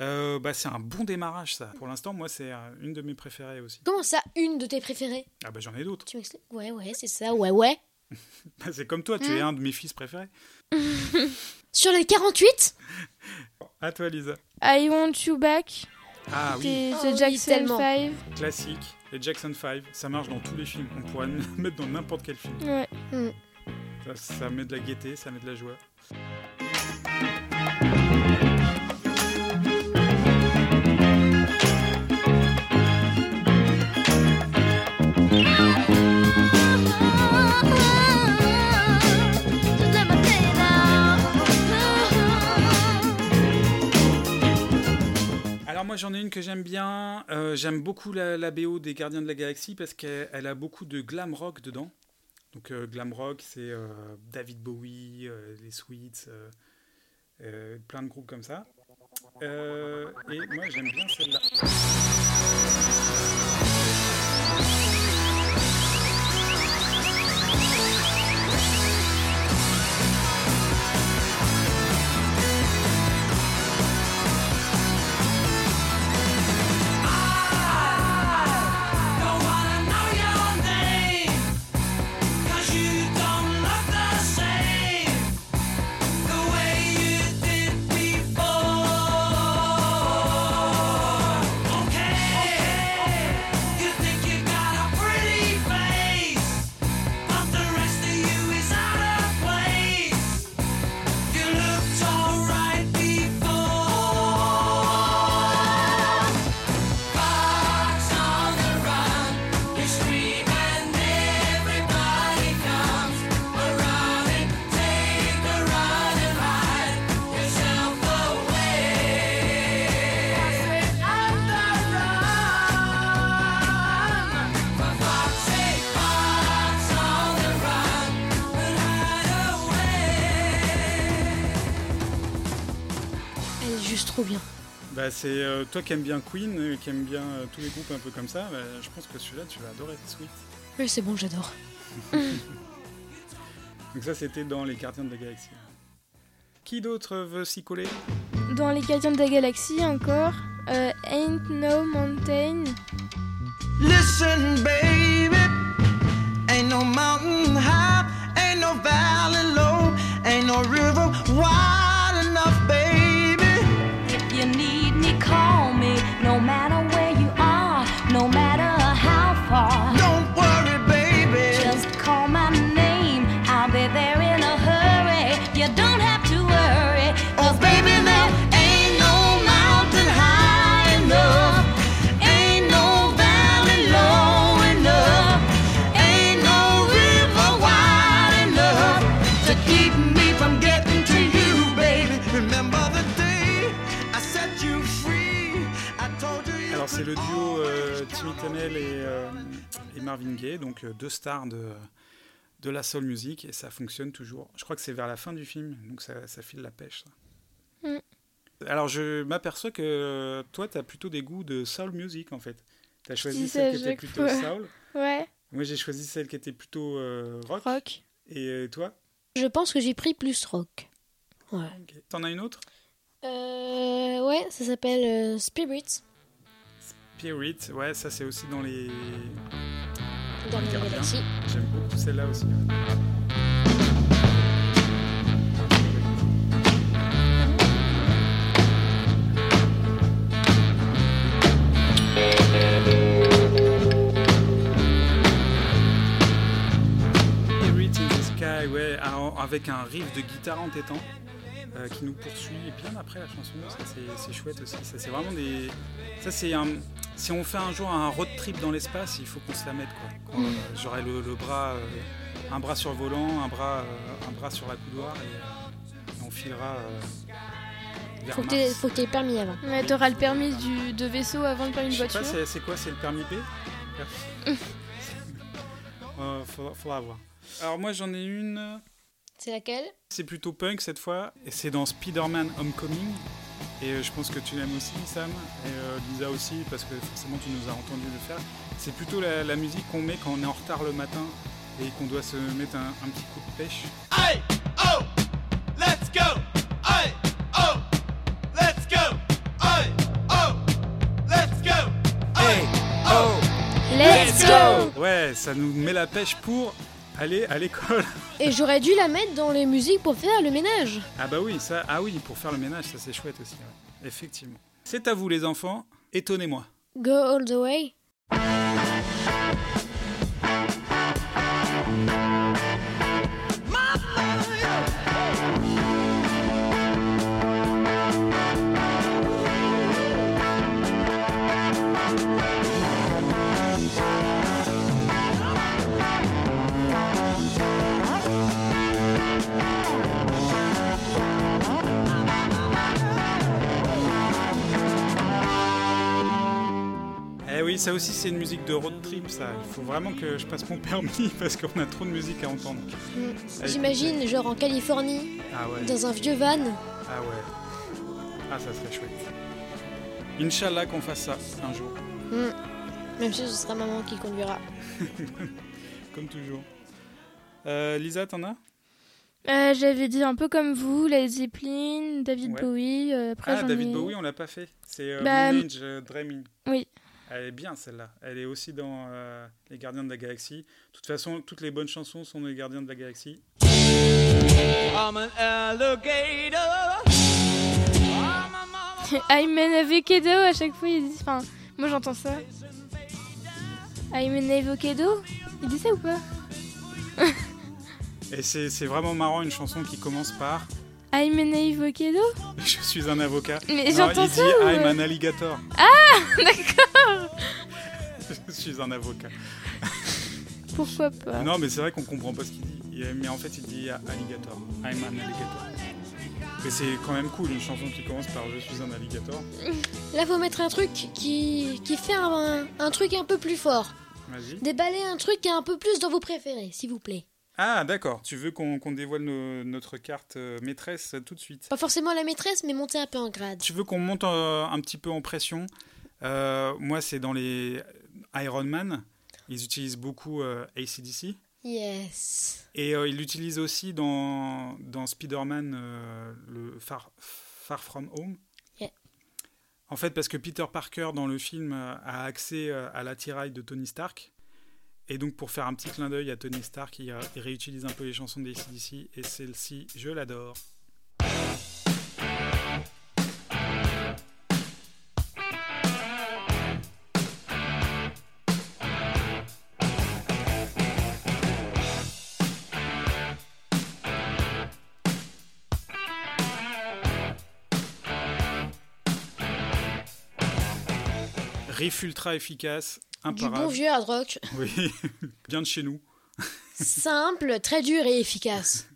[SPEAKER 4] Euh, bah, c'est un bon démarrage ça. Pour l'instant, moi c'est euh, une de mes préférées aussi.
[SPEAKER 3] Comment ça, une de tes préférées
[SPEAKER 4] Ah bah j'en ai d'autres.
[SPEAKER 3] Tu m'expliques Ouais, ouais, c'est ça, ouais, ouais.
[SPEAKER 4] Bah, c'est comme toi, tu
[SPEAKER 2] Hein
[SPEAKER 4] es un de mes fils préférés.
[SPEAKER 3] Sur les 48
[SPEAKER 4] À toi, Lisa.
[SPEAKER 2] I Want You Back
[SPEAKER 4] Ah oui,
[SPEAKER 2] des
[SPEAKER 3] Ah
[SPEAKER 2] The
[SPEAKER 3] oui,
[SPEAKER 2] Jackson
[SPEAKER 3] tellement.
[SPEAKER 2] 5.
[SPEAKER 4] classique. Les Jackson 5, ça marche dans tous les films. On pourrait le mettre dans n'importe quel film.
[SPEAKER 2] Ouais.
[SPEAKER 4] Ça, ça met de la gaieté, ça met de la joie. Alors moi j'en ai une que j'aime bien. Euh, j'aime beaucoup la, la BO des Gardiens de la Galaxie parce qu'elle elle a beaucoup de glam rock dedans. Donc euh, glam rock, c'est euh, David Bowie, euh, les Sweets, euh, euh, plein de groupes comme ça. Euh, et moi j'aime bien celle-là.
[SPEAKER 8] Okay.
[SPEAKER 3] trop bien.
[SPEAKER 4] Bah, c'est euh, toi qui aimes bien Queen, euh, qui aimes bien euh, tous les groupes un peu comme ça, bah, je pense que celui-là tu vas adorer, Sweet.
[SPEAKER 3] Oui, c'est bon, j'adore.
[SPEAKER 4] Donc ça c'était dans les Gardiens de la Galaxie. Qui d'autre veut s'y coller
[SPEAKER 2] Dans les Gardiens de la Galaxie encore, euh, Ain't No Mountain.
[SPEAKER 8] Listen, baby. Ain't no mountain high, ain't no valley low, ain't no river wide enough, baby.
[SPEAKER 9] If you need me, call me. No matter where you are, no matter how far.
[SPEAKER 8] Don't worry, baby.
[SPEAKER 9] Just call my name. I'll be there in a hurry. You don't have to worry.
[SPEAKER 8] Oh, baby, there ain't no mountain high enough, ain't no valley low enough, ain't no river wide enough to keep me from getting to you, baby. Remember the day I set you free? I told you you
[SPEAKER 4] Alors c'est le
[SPEAKER 8] could
[SPEAKER 4] duo euh,
[SPEAKER 8] always
[SPEAKER 4] Timmy
[SPEAKER 8] count on
[SPEAKER 4] Tunnel et, euh, et Marvin Gaye, donc euh, deux stars de, de la soul music, et ça fonctionne toujours. Je crois que c'est vers la fin du film, donc ça, ça file la pêche. Ça.
[SPEAKER 2] Mm.
[SPEAKER 4] Alors je m'aperçois que euh, toi t'as plutôt des goûts de soul music en fait. T'as choisi
[SPEAKER 2] dis ça
[SPEAKER 4] celle qui était
[SPEAKER 2] chaque
[SPEAKER 4] plutôt
[SPEAKER 2] fois.
[SPEAKER 4] soul.
[SPEAKER 2] Ouais,
[SPEAKER 4] Moi j'ai choisi celle qui était plutôt euh, rock.
[SPEAKER 2] rock.
[SPEAKER 4] Et euh, toi
[SPEAKER 3] Je pense que j'ai pris plus rock.
[SPEAKER 4] Ok. T'en as une autre
[SPEAKER 3] Euh, ouais, ça s'appelle euh, Spirits.
[SPEAKER 4] Spirit, ouais, ça c'est aussi dans les.
[SPEAKER 3] Dans
[SPEAKER 4] les
[SPEAKER 3] la
[SPEAKER 4] Gardiens.
[SPEAKER 3] galaxie.
[SPEAKER 4] J'aime beaucoup celle-là aussi. Spirit in the Sky, ouais, en- avec un riff de guitare en tétan euh, qui nous poursuit bien après la chanson. Ça c'est- c'est chouette aussi. Ça c'est vraiment des. Ça c'est un. Si on fait un jour un road trip dans l'espace, il faut qu'on se la mette quoi. Quand, euh, J'aurai le, le bras, euh, un bras sur le volant, un bras, euh, un bras sur la couloir et, euh, on filera euh, vers
[SPEAKER 3] Faut que
[SPEAKER 4] Mars.
[SPEAKER 3] t'aies faut que t'aies le permis avant.
[SPEAKER 2] Mais t'auras le permis du, de vaisseau avant le permis de
[SPEAKER 4] Je sais
[SPEAKER 2] voiture.
[SPEAKER 4] pas, c'est- c'est quoi C'est le permis B Euh, faudra, faudra voir. Alors moi j'en ai une.
[SPEAKER 3] C'est laquelle
[SPEAKER 4] C'est plutôt punk cette fois, et c'est dans Spider-Man Homecoming. Et euh, je pense que tu l'aimes aussi, Sam, et euh, Lisa aussi, parce que forcément tu nous as entendu le faire. C'est plutôt la, la musique qu'on met quand on est en retard le matin et qu'on doit se mettre un, un petit coup de pêche.
[SPEAKER 8] Hey, oh, let's go. Hey, oh, let's go. Hey, oh, let's go. Hey, oh.
[SPEAKER 3] Let's go
[SPEAKER 4] Ouais, ça nous met la pêche pour aller à l'école.
[SPEAKER 3] Et j'aurais dû la mettre dans les musiques pour faire le ménage.
[SPEAKER 4] Ah bah oui, ça, ah oui, pour faire le ménage, ça c'est chouette aussi, ouais. effectivement. C'est à vous les enfants, étonnez-moi.
[SPEAKER 3] Go all the way.
[SPEAKER 4] Eh oui, ça aussi c'est une musique de road trip, ça. Il faut vraiment que je passe mon permis parce qu'on a trop de musique à entendre.
[SPEAKER 3] Mm, J'imagine, genre en Californie,
[SPEAKER 4] Ah ouais.
[SPEAKER 3] dans un vieux van.
[SPEAKER 4] Ah ouais. Ah, ça serait chouette. Inch'Allah qu'on fasse ça un jour,
[SPEAKER 3] Même si ce sera maman qui conduira.
[SPEAKER 4] comme toujours. Euh, Lisa, t'en as
[SPEAKER 2] Euh, J'avais dit un peu comme vous, Led Zeppelin, David
[SPEAKER 4] Ouais.
[SPEAKER 2] Bowie. euh, après
[SPEAKER 4] Ah,
[SPEAKER 2] j'en
[SPEAKER 4] David
[SPEAKER 2] ai-
[SPEAKER 4] Bowie, on l'a pas fait. C'est euh,
[SPEAKER 2] Bah,
[SPEAKER 4] Moon Age, euh, Dreaming.
[SPEAKER 2] oui.
[SPEAKER 4] Elle est bien celle-là. Elle est aussi dans euh, Les Gardiens de la Galaxie. De toute façon, toutes les bonnes chansons sont dans Les Gardiens de la Galaxie.
[SPEAKER 8] I'm an alligator. I'm a mama.
[SPEAKER 2] I'm an avocado à chaque fois il dit enfin moi j'entends ça Ah, I'm an avocado il dit ça ou pas
[SPEAKER 4] Et c'est c'est vraiment marrant une chanson qui commence par
[SPEAKER 2] I'm an avocado
[SPEAKER 4] Je suis un avocat.
[SPEAKER 2] mais
[SPEAKER 4] Non,
[SPEAKER 2] j'entends
[SPEAKER 4] il dit
[SPEAKER 2] ça ou-
[SPEAKER 4] I'm an alligator.
[SPEAKER 2] d'accord
[SPEAKER 4] Je suis un avocat.
[SPEAKER 2] pourquoi pas
[SPEAKER 4] Non, mais c'est vrai qu'on comprend pas ce qu'il dit. Il- Mais en fait, il dit alligator. I'm an alligator. Mais c'est quand même cool une chanson qui commence par Je suis un alligator.
[SPEAKER 3] Là, faut mettre un truc qui, qui fait un, un truc un peu plus fort.
[SPEAKER 4] Vas-y.
[SPEAKER 3] Déballez un truc qui est un peu plus dans vos préférés, s'il vous plaît.
[SPEAKER 4] Ah, d'accord. Tu veux qu'on qu'on dévoile nos- notre carte euh, maîtresse euh, tout de suite
[SPEAKER 3] Pas forcément la maîtresse, mais monter un peu en grade.
[SPEAKER 4] Tu veux qu'on monte euh, un petit peu en pression Euh, Moi, c'est dans les Iron Man. Ils utilisent beaucoup euh, ACDC.
[SPEAKER 3] Yes.
[SPEAKER 4] Et euh, ils l'utilisent aussi dans, dans Spider-Man, euh, le Far, Far From Home.
[SPEAKER 3] Yeah.
[SPEAKER 4] En fait, parce que Peter Parker, dans le film, euh, a accès euh, à l'attirail de Tony Stark. Et donc, pour faire un petit clin d'œil à Tony Stark, il, euh, il réutilise un peu les chansons des CDC. Et celle-ci, je l'adore. Riff ultra efficace,
[SPEAKER 3] Du bon
[SPEAKER 4] imparable.
[SPEAKER 3] vieux hard rock.
[SPEAKER 4] oui, bien de chez nous.
[SPEAKER 3] Simple, très dur et efficace.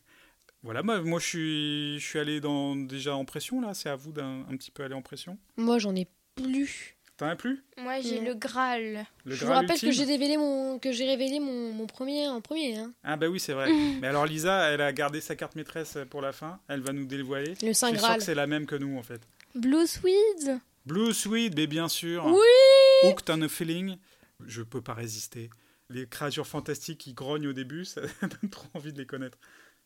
[SPEAKER 4] Voilà, moi, moi je, suis, je suis allé dans, déjà en pression, là. C'est à vous d'un un petit peu aller en pression.
[SPEAKER 3] Moi, j'en ai plus.
[SPEAKER 4] T'en as plus
[SPEAKER 2] Moi, j'ai
[SPEAKER 3] Mm.
[SPEAKER 2] le Graal.
[SPEAKER 4] Le
[SPEAKER 3] Je vous
[SPEAKER 4] Graal
[SPEAKER 3] rappelle
[SPEAKER 4] ultime
[SPEAKER 3] que j'ai révélé mon que j'ai révélé mon, mon premier en premier, hein.
[SPEAKER 4] Ah bah oui, c'est vrai. Mais alors Lisa, elle a gardé sa carte maîtresse pour la fin. Elle va nous dévoiler.
[SPEAKER 3] le
[SPEAKER 4] Je
[SPEAKER 3] Saint
[SPEAKER 4] suis sûr
[SPEAKER 3] Graal.
[SPEAKER 4] que c'est la même que nous, en fait.
[SPEAKER 2] Blue Swede
[SPEAKER 4] Blue Sweet, mais bien sûr.
[SPEAKER 2] Oui
[SPEAKER 4] Hooked on a Feeling. Je peux pas résister. Les créatures fantastiques qui grognent au début, ça donne trop envie de les connaître.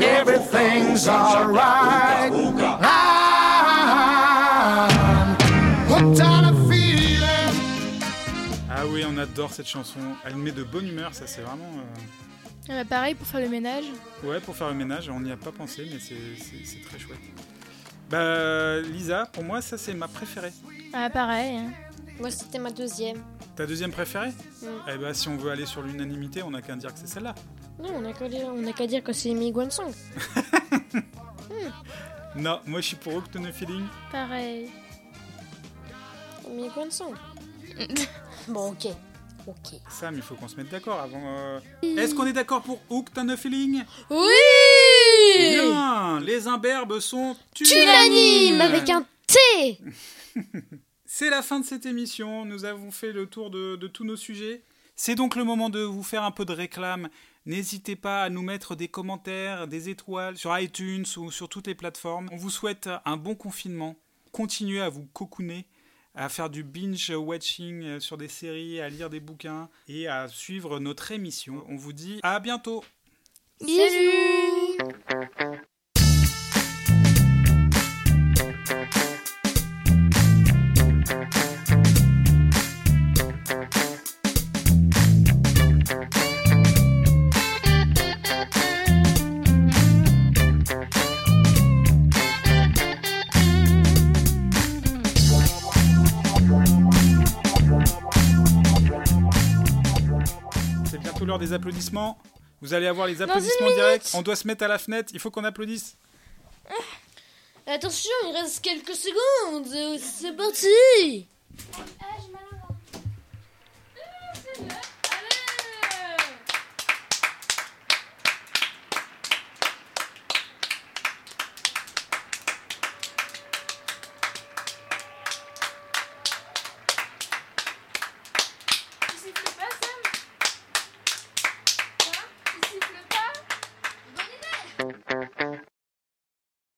[SPEAKER 8] everything's alright. Ah. I'm hooked on a feeling.
[SPEAKER 4] Ah oui, on adore cette chanson. Elle met de bonne humeur, ça c'est vraiment... euh,
[SPEAKER 2] Ah bah, Pareil pour faire le ménage.
[SPEAKER 4] Ouais, pour faire le ménage, on n'y a pas pensé, mais c'est- c'est c'est très chouette. Bah Lisa, pour moi, ça c'est ma préférée.
[SPEAKER 2] Ah, pareil. hein.
[SPEAKER 3] Moi, c'était ma deuxième.
[SPEAKER 4] Ta deuxième préférée
[SPEAKER 3] Mm.
[SPEAKER 4] Eh bah si on veut aller sur l'unanimité, on n'a qu'à dire que c'est celle-là.
[SPEAKER 3] Non, on n'a qu'à dire, on n'a qu'à dire que c'est Amy Song.
[SPEAKER 4] Non, moi je suis pour Hooked on a Feeling.
[SPEAKER 2] Pareil.
[SPEAKER 3] Amy Song. bon, ok. Ok.
[SPEAKER 4] Sam, il faut qu'on se mette d'accord avant. euh, Est-ce qu'on est d'accord pour Hooked on a Feeling
[SPEAKER 3] Oui
[SPEAKER 4] Bien Les imberbes sont
[SPEAKER 3] Unanime avec un T
[SPEAKER 4] C'est la fin de cette émission. Nous avons fait le tour de, de tous nos sujets. C'est donc le moment de vous faire un peu de réclame. N'hésitez pas à nous mettre des commentaires, des étoiles sur iTunes ou sur toutes les plateformes. On vous souhaite un bon confinement. Continuez à vous cocooner, à faire du binge watching euh, sur des séries, à lire des bouquins et à suivre notre émission. On vous dit à bientôt.
[SPEAKER 3] Bisous
[SPEAKER 4] C'est bientôt l'heure des applaudissements. Vous allez avoir les
[SPEAKER 2] une
[SPEAKER 4] applaudissements directs. On doit se mettre à la fenêtre. Il faut qu'on applaudisse.
[SPEAKER 3] Attention, il reste quelques secondes, c'est parti
[SPEAKER 7] Ah, j'ai mal au